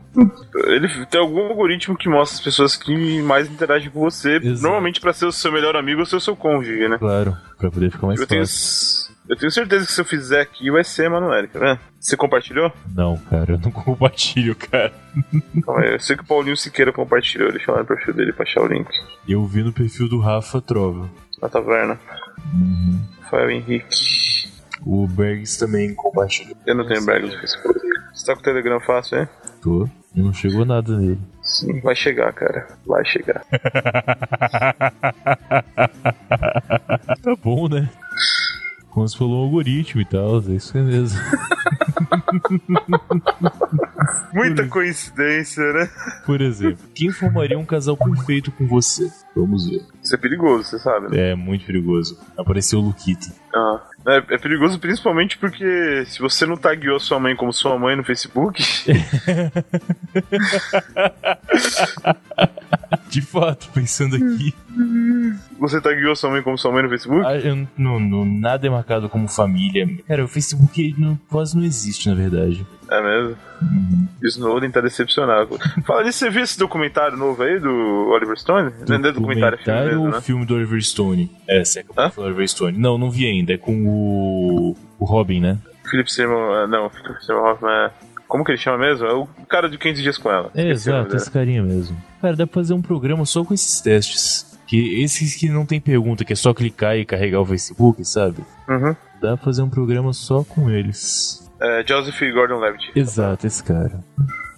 Ele tem algum algoritmo que mostra as pessoas que mais interagem com você, Exato. normalmente pra ser o seu melhor amigo ou ser o seu cônjuge, né? Claro, pra poder ficar mais Eu tenho, fácil. eu tenho certeza que se eu fizer aqui vai ser Emanuele, quer ver? Você compartilhou? Não, cara, eu não compartilho, cara. Calma aí, eu sei que o Paulinho Siqueira compartilhou, deixa eu lá no perfil dele pra achar o link. Eu vi no perfil do Rafa Trova. Na taverna. Rafael Henrique. O Bergs também compartilhou. Eu não tenho brega no Facebook. Você tá com o Telegram fácil, hein? Tô. E não chegou nada nele. Sim, vai chegar, cara. Vai chegar. Tá bom, né? Como se falou um algoritmo e tal, é isso mesmo. Muita coincidência, né? Por exemplo, quem formaria um casal perfeito com você? Vamos ver. Isso é perigoso, você sabe, né? É muito perigoso. Apareceu o Luquita. Ah. É, é perigoso principalmente porque se você não tagueou a sua mãe como sua mãe no Facebook, De fato, pensando aqui. você tagueou sua mãe como sua mãe no Facebook, Ah, eu não- não- nada é marcado como família. Cara, o Facebook ele não, quase não existe, na verdade. é mesmo? Snowden tá decepcionado. Fala disso, você viu esse documentário novo aí do Oliver Stone? não é documentário, é filme Documentário mesmo, ou né? filme do Oliver Stone? É, você acabou Hã? de falar Oliver Stone. Não, não vi ainda. É com o. O Robin, né? Philip Seymour, ah, não, Philip Seymour Hoffman é... Como que ele chama mesmo? É o cara de 500 dias com ela. É, Esqueci o nome exato, dele. esse carinha mesmo. Cara, dá pra fazer um programa só com esses testes. Que esses que não tem pergunta, que é só clicar e carregar o Facebook, sabe? Uhum. Dá pra fazer um programa só com eles. É, Joseph Gordon-Levitt. Exato, esse cara.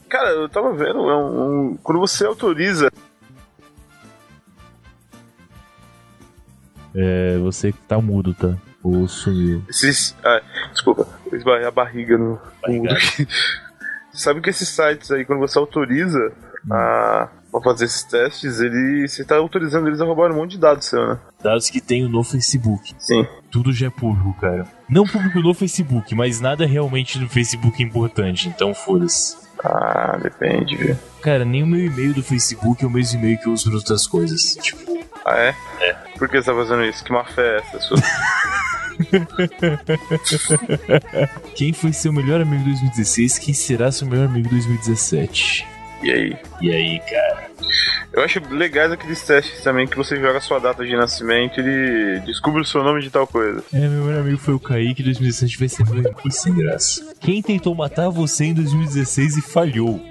Cara, eu tava vendo, é um, um- quando você autoriza, É, você que tá mudo, tá? Ou sumiu. esses, ah, desculpa, eu esbarrei a barriga no no muro. Sabe que esses sites aí, quando você autoriza a, pra fazer esses testes, ele, você tá autorizando eles a roubar um monte de dados seu, né? Dados que tenho no Facebook. Sim. Tudo já é público, cara. Não público no Facebook, mas nada realmente no Facebook é importante, então foda-se. Ah, depende, viu? Cara, nem o meu e-mail do Facebook é o mesmo e-mail que eu uso para outras coisas. Tipo, Ah, é? É. Por que você tá fazendo isso? Que má fé é essa sua? quem foi seu melhor amigo em 2016? Quem será seu melhor amigo em 2017? E aí? E aí, cara? Eu acho legais aqueles testes também que você joga a sua data de nascimento e ele descobre o seu nome de tal coisa. É, meu melhor amigo foi o Kaique, 2017 vai ser meu amigo sem graça. Quem tentou matar você em 2016 e falhou?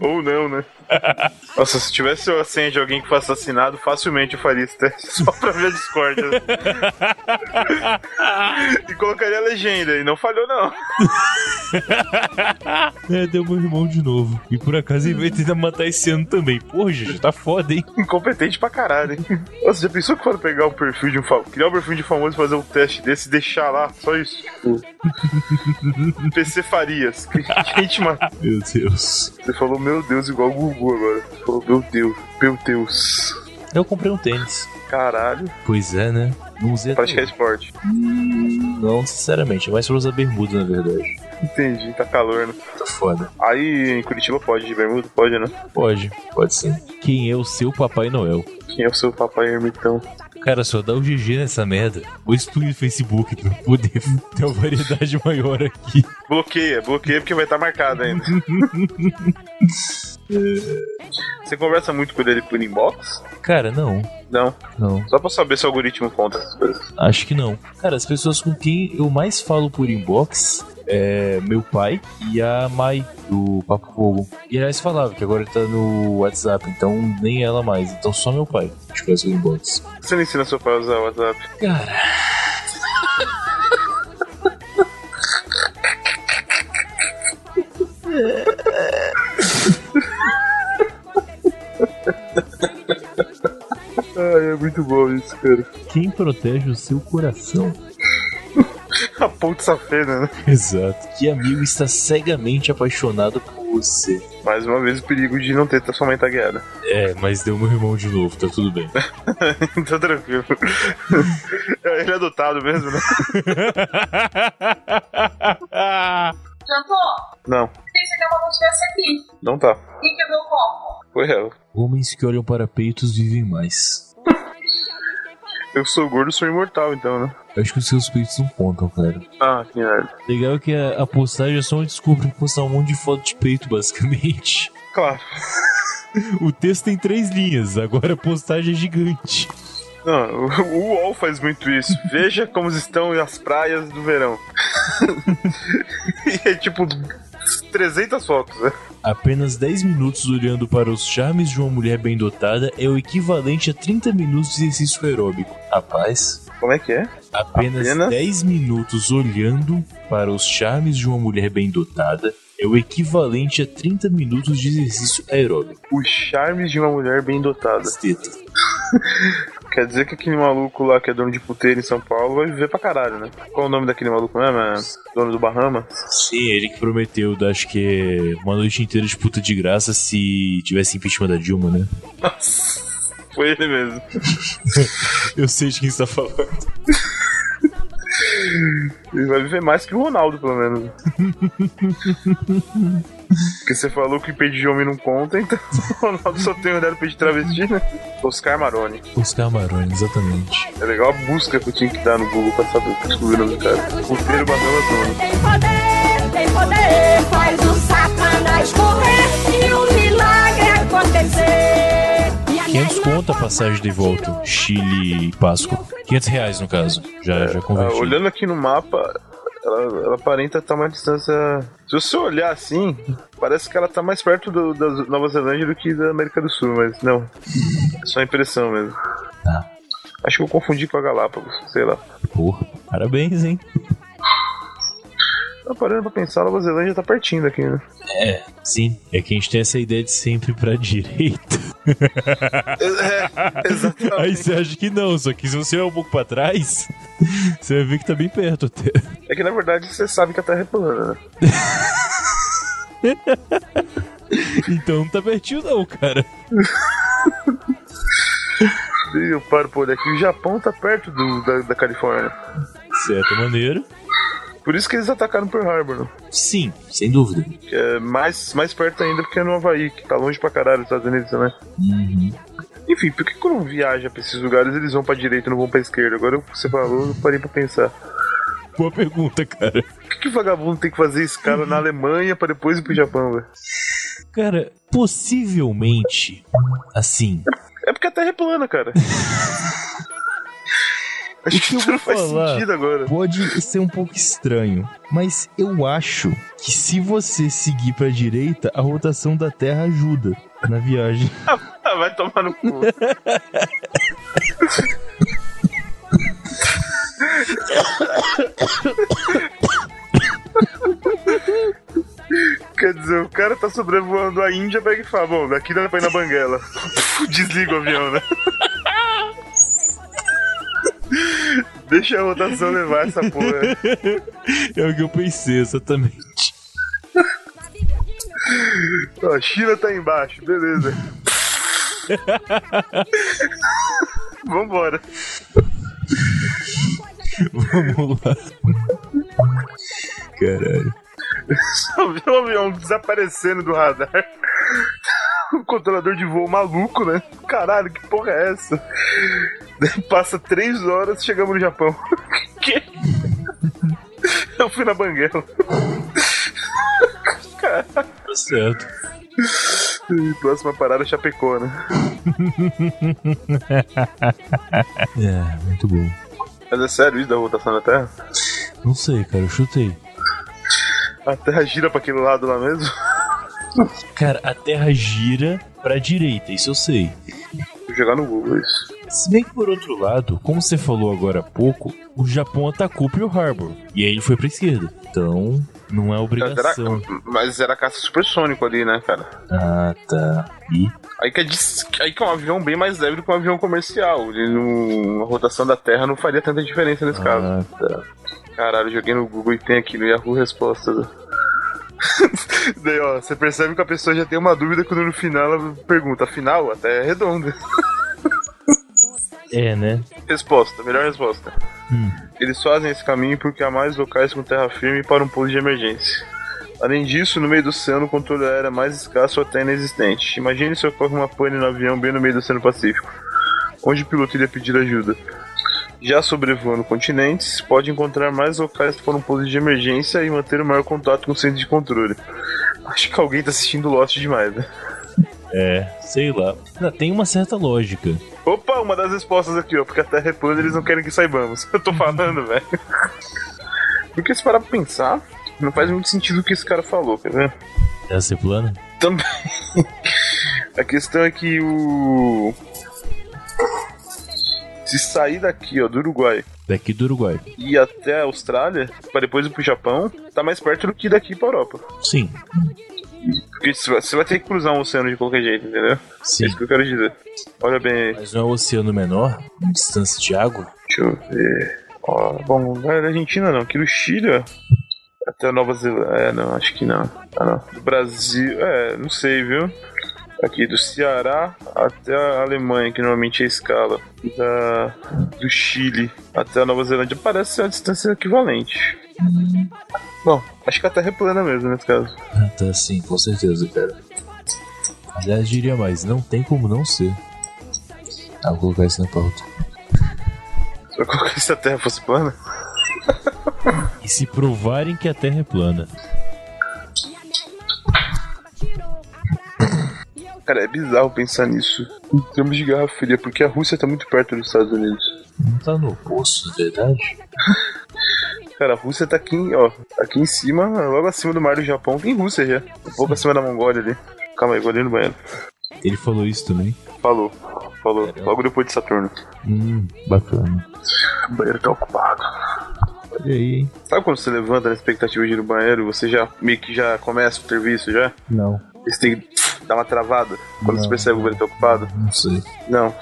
Ou não, né? Nossa, se tivesse a senha de alguém que foi assassinado, facilmente eu faria esse teste só pra ver a discórdia. e colocaria a legenda, e não falhou, não. É, deu meu irmão de novo. E por acaso ele vai tentar matar esse ano também. Porra, já tá foda, hein? Incompetente pra caralho, hein? Nossa, já pensou que foram pegar um perfil de um famoso? Criar um perfil de famoso fazer um teste desse e deixar lá, só isso. Tipo. PC Farias. Quem te matou? Meu Deus. Você falou, meu Deus, igual o Gugu agora. Você falou, meu Deus, meu Deus. Eu comprei um tênis. Caralho. Pois é, né? Não usei Praticar esporte. Não, sinceramente, é mais pra usar bermuda, na verdade. Entendi, tá calor, né? Tá foda. Aí em Curitiba pode de bermuda? Pode, né? Pode, pode sim. Quem é o seu Papai Noel? Quem é o seu papai ermitão? Cara, só dá o GG nessa merda. Vou excluir o Facebook pra eu poder ter uma variedade maior aqui. Bloqueia, bloqueia porque vai estar marcado ainda. Você conversa muito com ele por inbox? Cara, não. Não. Não. Só pra saber se o algoritmo conta essas coisas. Acho que não. Cara, as pessoas com quem eu mais falo por inbox é meu pai e a Mai do Papo Fogo. E aliás falava que agora tá no WhatsApp, então nem ela mais. Então só meu pai. Acho que o inbox. Você não ensina seu pai a usar o WhatsApp? Cara. Ai, é muito bom isso, cara. Quem protege o seu coração? A ponte safena, né? Exato. Que amigo está cegamente apaixonado por você. Mais uma vez o perigo de não ter sua mãe tagueada. É, mas deu meu irmão de novo, tá tudo bem. tá tranquilo. Ele é adotado mesmo, né? Jantou? Não, Tem que pegar uma conversa aqui. não tá. Quem quebrou o copo? Foi ela. Homens que olham para peitos vivem mais. Eu sou gordo, sou imortal, então, né? Eu acho que os seus peitos não contam, cara. Ah, que merda. Legal que a, a postagem é só uma desculpa pra postar um monte de foto de peito, basicamente. Claro. O texto tem três linhas, agora a postagem é gigante. Não, o o UOL faz muito isso. Veja como estão as praias do verão. e é tipo 300 fotos, né? Apenas 10 minutos olhando para os charmes de uma mulher bem dotada é o equivalente a 30 minutos de exercício aeróbico. Rapaz, Como é que é? apenas, Apenas? 10 minutos olhando para os charmes de uma mulher bem dotada é o equivalente a 30 minutos de exercício aeróbico. Os charmes de uma mulher bem dotada. As tetas. Quer dizer que aquele maluco lá que é dono de puteiro em São Paulo vai viver pra caralho, né? Qual o nome daquele maluco mesmo? É dono do Bahama? Sim, ele que prometeu, acho que é uma noite inteira de puta de graça se tivesse impeachment da Dilma, né? Foi ele mesmo. Eu sei de quem está falando. Ele vai viver mais que o Ronaldo, pelo menos. Porque você falou que peito de homem não conta, então o Ronaldo só tem olhado peito de travesti, né? Oscar Maroni. Os camarões, exatamente. É legal a busca que eu tinha que dar no Google pra saber pra descobrir né? o nome do cara. Puteiro Bahama Dono. Tem poder, tem poder, faz o satanás correr e o milagre acontecer. 500 conto é a passagem de volta. Chile e Páscoa. 500 reais, no caso. Já, já Ah, converti. olhando aqui no mapa, ela, ela aparenta estar uma distância. Se você olhar assim, parece que ela tá mais perto do- da Nova Zelândia do que da América do Sul, mas não. É só impressão mesmo. Tá. Acho que eu confundi com a Galápagos, sei lá. Porra, parabéns, hein? Tá parando pra pensar, a Nova Zelândia tá pertinho daqui, né? É, sim. É que a gente tem essa ideia de sempre pra direita. É, exatamente. Aí você acha que não, só que se você olhar um pouco pra trás, você vai ver que tá bem perto até. É que na verdade você sabe que a Terra é plana, né? Então não tá pertinho, não, cara. E eu paro por aqui, o Japão tá perto do, da, da Califórnia. Certo, é maneiro. Por isso que eles atacaram Pearl Harbor, né? Sim, sem dúvida. Que é mais, mais perto ainda porque é no Havaí, que tá longe pra caralho dos Estados Unidos também. Enfim, por que quando viaja pra esses lugares eles vão pra direita e não vão pra esquerda? Agora que você falou, eu parei pra pensar. Boa pergunta, cara. Por que, que vagabundo tem que fazer escala na Alemanha pra depois ir pro Japão, velho? Cara, possivelmente, assim, É porque a Terra é plana, cara. Acho que eu isso vou não faz falar? sentido agora. pode ser um pouco estranho, mas eu acho que se você seguir pra direita, a rotação da Terra ajuda na viagem. Ah, vai tomar no cu. Quer dizer, o cara tá sobrevoando a Índia, pega e fala, bom, daqui dá pra ir na banguela. Desliga o avião, né? Deixa a rotação levar essa porra. É o que eu pensei, exatamente. Ó, a China tá embaixo, beleza. Vambora. Vamos lá. Caralho. Só viu o avião desaparecendo do radar. O controlador de voo maluco, né? Caralho, que porra é essa? Daí Passa três horas chegamos no Japão. que? Eu fui na Banguela. Tá certo. Próxima parada, Chapecó, né? É, muito bom. Mas é sério isso da rotação da Terra? Não sei, cara, eu chutei. A Terra gira pra aquele lado lá mesmo? Cara, a Terra gira pra direita, isso eu sei. Vou jogar no Google isso. Se bem que por outro lado, como você falou agora há pouco, o Japão atacou Pearl Harbor. E aí ele foi pra esquerda. Então, não é Mas obrigação. era- mas era caça supersônico ali, né, cara? Ah, tá. E Aí que, é dis- aí que é um avião bem mais leve do que um avião comercial. Ele não... A rotação da Terra não faria tanta diferença nesse caso. Ah, tá. Caralho, joguei no Google e tem aqui no Yahoo resposta. Daí, ó, você percebe que a pessoa já tem uma dúvida quando no final ela pergunta, afinal, a Terra é redonda. É, né? Hum. Resposta, melhor resposta. Eles fazem esse caminho porque há mais locais com terra firme para um pouso de emergência. Além disso, no meio do oceano, o controle aéreo é mais escasso ou até inexistente. Imagine se ocorre uma pane no avião bem no meio do Oceano Pacífico, onde o piloto iria pedir ajuda. Já sobrevoando continentes, pode encontrar mais locais para um pouso de emergência e manter o maior contato com o centro de controle. Acho que alguém tá assistindo Lost demais, né? É, sei lá. Não, tem uma certa lógica. Opa, uma das respostas aqui, ó. Porque a Terra é plana eles não querem que saibamos. Eu tô falando, velho. Porque se parar pra pensar, não faz muito sentido o que esse cara falou, quer ver? Terra ser É, plana? Também. A questão é que o. Se sair daqui, ó, do Uruguai Daqui do Uruguai. e ir até a Austrália, pra depois ir pro Japão, tá mais perto do que daqui pra Europa. Sim, Porque você vai- você vai ter que cruzar um oceano de qualquer jeito, entendeu? É sim. isso que eu quero dizer. Olha bem aí. Mas não é um oceano menor? Em Distância de água? Deixa eu ver. Ó, bom, não é da Argentina não, aqui do Chile, ó. Até Nova Zelândia. É, não, acho que não. Ah, não. Do Brasil, é, não sei, viu? Aqui do Ceará até a Alemanha, que normalmente é a escala. Da, do Chile até a Nova Zelândia parece ser uma distância equivalente. Bom, acho que a Terra é plana mesmo nesse caso. Ah, tá, sim, com certeza, cara. Aliás, diria mais, não tem como não ser. Ah, vou colocar isso na pauta. Só que se a Terra fosse plana. E se provarem que a Terra é plana? Cara, é bizarro pensar nisso em termos de Guerra Fria, porque a Rússia tá muito perto dos Estados Unidos. Não tá no poço, de verdade? Cara, a Rússia tá aqui, em- ó, aqui em cima, logo acima do mar do Japão, tem Rússia já. Um pouco acima da Mongólia ali. Calma aí, vou ali no banheiro. Ele falou isso também. Falou, falou. Caramba. Logo depois de Saturno. Hum, bacana. O banheiro tá ocupado. Olha aí, hein? Sabe quando você levanta na expectativa de ir no banheiro, você já meio que já começa o serviço já? Não, Aí Você tem que dar uma travada quando Não. você percebe que o banheiro tá ocupado? não sei. Não.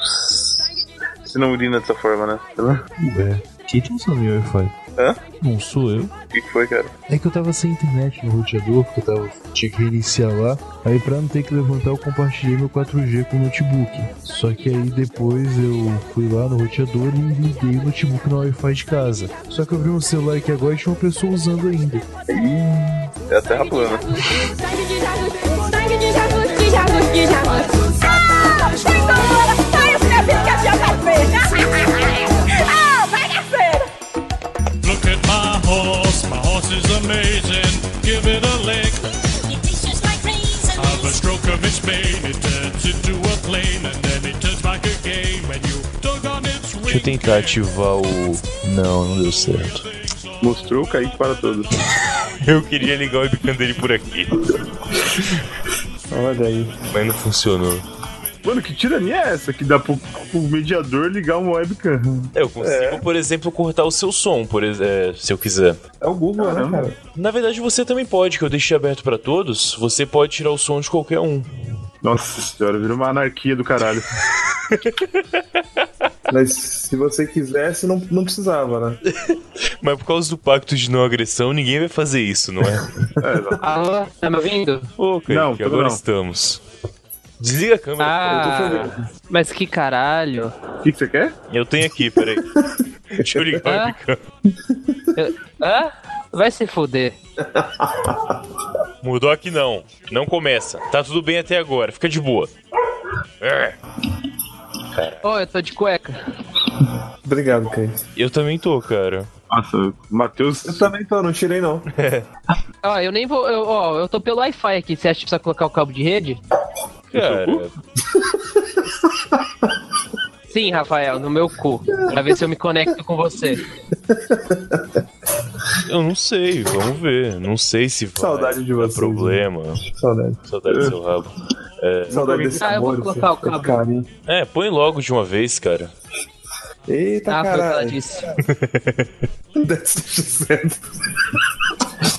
Você não urina dessa forma, né? Ué, quem tá usando meu Wi-Fi? Hã? Não sou eu. O que que foi, cara? É que eu tava sem internet no roteador, porque eu tava, tinha que reiniciar lá. Aí pra não ter que levantar, eu compartilhei meu 4G com o notebook. Só que aí depois eu fui lá no roteador e liguei o notebook no Wi-Fi de casa. Só que eu vi um celular aqui agora e tinha uma pessoa usando ainda. É a terra plana. Sangue de Jesus, sangue de Jesus, de Jesus, de Jesus. Ah, sem dor, vai escrever que a gente vai ver. Ah, vai nascer. Look at my horse, my horse is amazing. Give it a lick. Of a stroke of its mane, it turns into a plane, and then it turns back again when you tug on its wing. Deixa eu tentar ativar o. Não, não deu certo. Mostrou o Kaique para todos. Eu queria ligar o webcam dele por aqui, Olha aí. mas não funcionou. Mano, que tirania é essa que dá pro, pro mediador ligar um webcam? É, Eu consigo, por exemplo, cortar o seu som, por ex- é, se eu quiser. É o Google, né, cara? Na verdade, você também pode, que eu deixei aberto pra todos. Você pode tirar o som de qualquer um. Nossa senhora, virou uma anarquia do caralho. Mas se você quisesse, não, não precisava, né? Mas por causa do pacto de não agressão, ninguém vai fazer isso, não é? Alô, tá me ouvindo? Ô, Kaique, Não, tudo agora não. estamos. Desliga a câmera. Ah, mas que caralho. O que, que você quer? Eu tenho aqui, peraí. Deixa eu ligar Ah. o microfone. Hã? Vai se fuder. Mudou aqui não. Não começa. Tá tudo bem até agora. Fica de boa. É. Ô, eu tô de cueca. Obrigado, Kai. Eu também tô, cara. Nossa, Matheus. Eu também tô, não tirei não. Ó, eu nem vou. Eu, ó, eu tô pelo Wi-Fi aqui. Você acha que precisa colocar o cabo de rede? Cara, Sim, Rafael, no meu cu. Pra ver se eu me conecto com você. eu não sei. Vamos ver. Não sei se vai. Saudade de dar vocês, né? problema. Saudade. É. Saudade do seu rabo. Saudade desse Tá Ah, eu vou amor. colocar o esse- esse cabo. carinho. É, põe logo de uma vez, cara. Eita, Ah, foi o que ela caralho. disse. Deve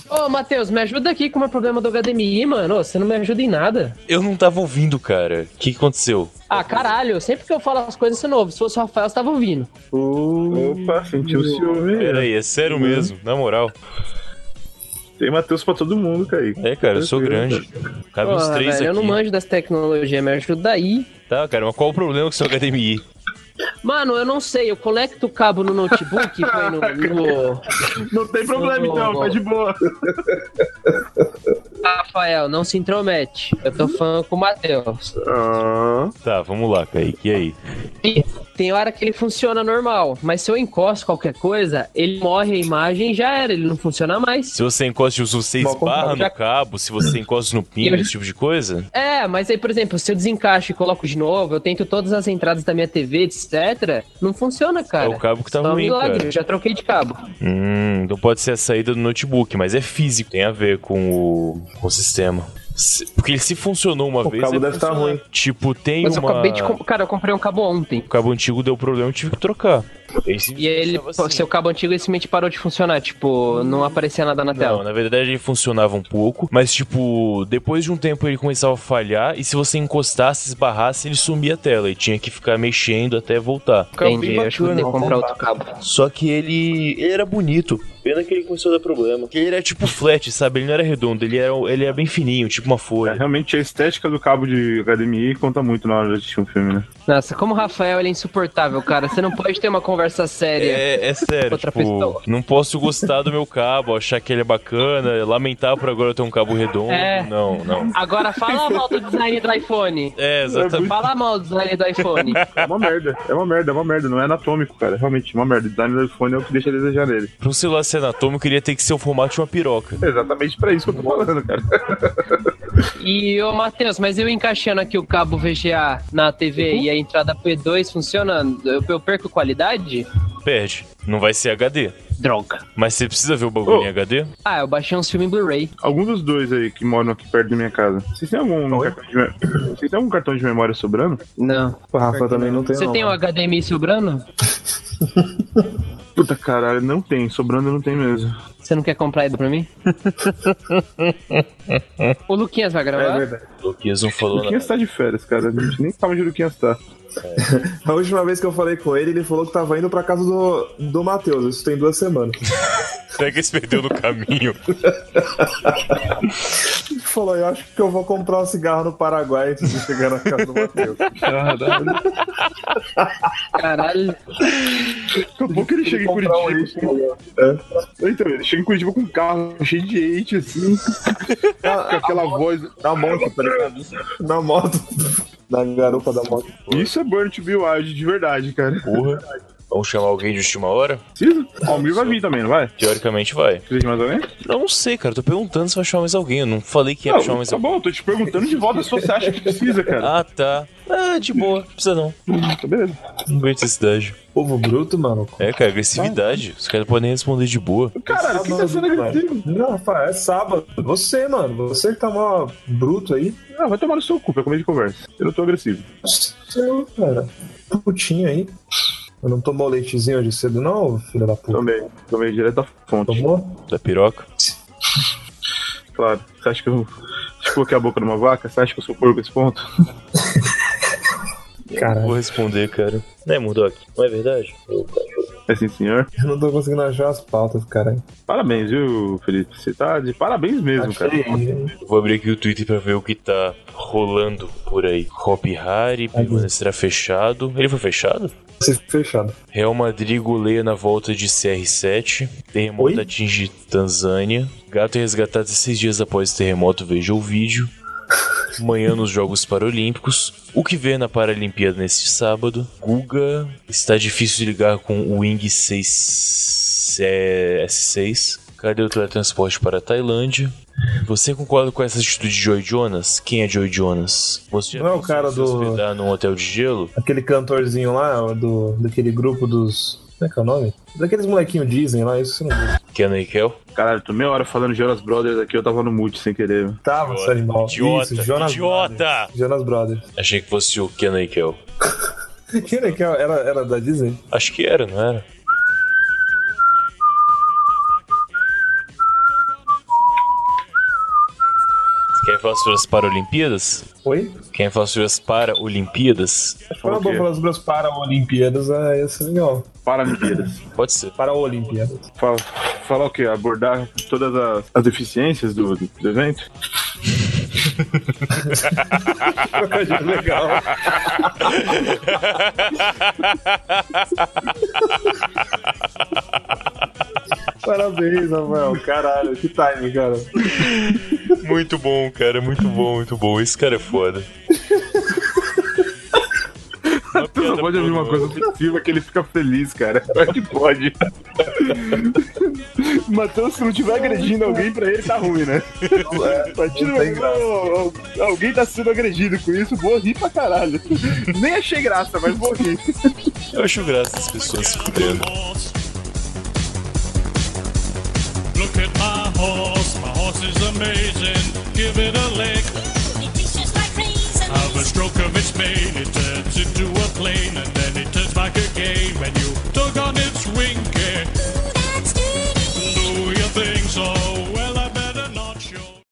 Ô, Matheus, me ajuda aqui com o meu problema do HDMI, mano. Ô, Você não me ajuda em nada. Eu não tava ouvindo, cara. O que que aconteceu? Ah, caralho, sempre que eu falo as coisas, isso é novo. Se fosse o Rafael, você tava ouvindo. Opa, sentiu ciúme. Pera aí, é Uhum. sério mesmo, na moral. Tem Matheus pra todo mundo, Kaique. É, cara, eu sou grande. Cabe uns Porra, Tá três velho, aqui. eu não manjo das tecnologias, me ajuda aí. Tá, cara, mas qual o problema com seu HDMI? Mano, eu não sei, eu conecto o cabo no notebook, põe no, no- Não tem problema Ô, então, ô. tá de boa. Rafael, não se intromete. Eu tô falando com o Matheus. Ah, Tá, vamos lá, Kaique, e aí? Tem hora que ele funciona normal, mas se eu encosto qualquer coisa, ele morre a imagem e já era, ele não funciona mais. Se você encosta os seis Mal barra comprado. no cabo, se você encosta no pino, Eu- esse tipo de coisa, É, mas aí, por exemplo, se eu desencaixo e coloco de novo, eu tento todas as entradas da minha TV, etc., não funciona, cara. é o cabo que tá Só um ruim, milagre, cara. eu já troquei de cabo. Hum, então pode ser a saída do notebook, mas é físico, tem a ver com o, com o sistema. Se- Porque ele se funcionou uma O vez. cabo ele deve tá funciona. ruim. Tipo, tem Mas uma. eu acabei de. com- Cara, eu comprei um cabo ontem. O cabo antigo deu problema, eu tive que trocar. Esse E aí ele, funcionava assim. seu cabo antigo simplesmente parou de funcionar, tipo, não aparecia nada na Não, é tela. na verdade ele funcionava um pouco, mas tipo, depois de um tempo ele começava a falhar e se você encostasse, esbarrasse, ele sumia a tela e tinha que ficar mexendo até voltar. é Ficava Entendi, um bem eu acho que eu vou ter um bacana. né? que comprar outro cabo. Só que ele, ele era bonito. Pena que ele começou a dar problema. Porque ele era tipo flat, sabe? Ele não era redondo, ele era, ele era bem fininho, tipo uma é, folha. realmente a estética do cabo de HDMI conta muito na hora de assistir um filme, né? Nossa, como o Rafael ele é insuportável, cara. Você não pode ter uma conversa séria. É, é sério, Outra tipo, pessoa. não posso gostar do meu cabo, achar que ele é bacana, lamentar por agora eu ter um cabo redondo. É. Não, não. Agora fala mal do design do iPhone. É, exatamente. Fala mal do design do iPhone. É uma merda, é uma merda, é uma merda, não é anatômico, cara. Realmente, é uma merda. O design do iPhone é o que deixa a desejar nele. Pra um celular ser anatômico, ele ia ter que ser o formato de uma piroca. É exatamente pra isso que eu tô falando, cara. E ô Matheus, mas eu encaixando aqui o cabo VGA na TV e a entrada P2 funcionando, eu, eu perco qualidade? Perde. Não vai ser HD. Droga. Mas você precisa ver o bagulho Ô. em HD? Ah, eu baixei uns filmes em Blu-ray. Algum dos dois aí que moram aqui perto da minha casa, vocês têm algum, cartão de, me- vocês têm algum cartão de memória sobrando? Não. O Rafa também não tem Você não. tem um HDMI sobrando? Puta caralho, não tem, sobrando não tem mesmo. Você não quer comprar ele pra mim? o Luquinhas vai É gravar? verdade. O Luquinhas não falou Luquinhas nada. tá de férias, cara. A gente nem sabe onde o Luquinhas tá. A última vez que eu falei com ele, ele falou que tava indo pra casa do, do Matheus. Isso tem duas semanas. Será que ele se perdeu no caminho? Ele falou, eu acho que eu vou comprar um cigarro no Paraguai antes de chegar na casa do Matheus. Caralho. Acabou que ele chega em comprar um Curitiba. com- É. Então, ele chega em Curitiba com um carro cheio de hate, assim, com Na, aquela voz. na Ah, moto, tá ligado? Na moto. Na garupa da moto. Isso é Burn to Be Wild de verdade, cara. Porra. Vamos chamar alguém de última hora? Precisa? O Almir vai vir também, não vai? Teoricamente vai. Precisa de mais alguém? Eu não sei, cara. Tô perguntando se vai chamar mais alguém. Eu não falei que ia Não, chamar mais tá alguém. bom, eu tô te perguntando de volta se você acha que precisa, cara. Ah, tá. Ah, de boa. Não precisa não. Tá beleza. Não vejo necessidade. Povo bruto, mano. É, cara, agressividade. Os caras podem responder de boa. Caralho, quem tá sendo agressivo? Não, Rafa, é sábado. Você, mano. Você que tá mó bruto aí. Ah, vai tomar no seu cu pra comer de conversa. Eu não tô agressivo. Seu, cara. Putinho aí. Eu não tomou leitezinho hoje cedo, não, filho da puta. Tomei. Tomei direto da fonte, Tomou? Da piroca. claro. Você acha que eu. Você coloquei a boca numa vaca? Você acha que eu sou porco a esse ponto? Caralho, Vou responder, cara. Né, Murdoch? Não é verdade? É sim, senhor. eu não tô conseguindo achar as pautas, cara. Parabéns, viu, Felipe? Você tá de parabéns mesmo, cara. Eu Vou abrir aqui o Twitter pra ver o que tá rolando por aí. Hop Hari, permanecerá fechado. Ele foi fechado? ser fechado. Real Madrid goleia na volta de CR7. Terremoto Oi? atinge Tanzânia. Gato é resgatado seis dias após o terremoto. Veja o vídeo. Amanhã nos Jogos Paralímpicos. O que vê na Paralimpíada neste sábado? Guga está difícil de ligar com o Wing 6 é, S6. Cadê o teletransporte para a Tailândia? Você concorda com essa atitude de Joy Jonas? Quem é Joy Jonas? Você já Não é o pensou em cara se do- hospedar num hotel de gelo? Aquele cantorzinho lá, ó, do, daquele grupo dos. Como é que é o nome? Daqueles molequinhos Disney lá, isso você não é viu. Kenan e Kel? Caralho, tô meia hora falando de Jonas Brothers aqui, eu tava no mute sem querer. mano. Tava, esse animal. Idiota, Isso, Jonas idiota! Brothers. Jonas Brothers. Achei que fosse o Kenan e Kel. Quem era que era, era da Disney? Acho que era, não era? Você Quer falar sobre as Paralimpíadas? Oi? Quer falar sobre as Paralimpíadas? Quando eu vou falar sobre as Paraolimpíadas, é isso é legal. Paralimpíadas. Pode ser. Paraolimpíadas. Fala, fala o quê? Abordar todas as, as deficiências do, do evento? Trocadilho legal. Parabéns, Rafael. Caralho, que time, cara. Muito bom, cara. Muito bom, muito bom. Esse cara é foda. Tu só pode ouvir uma coisa ofensiva que ele fica feliz, cara. Só que pode. Matheus, se não tiver agredindo alguém, pra ele tá ruim, né? É, Tá tiro- não tem graça. Ô, ô, alguém tá sendo agredido com isso, vou rir pra caralho. Nem achei graça, mas vou rir. Eu acho graça as pessoas se fudendo. Look at my horse, my horse is amazing. Give it a lick. Have a stroke of its mane, it turns into a plane and oh,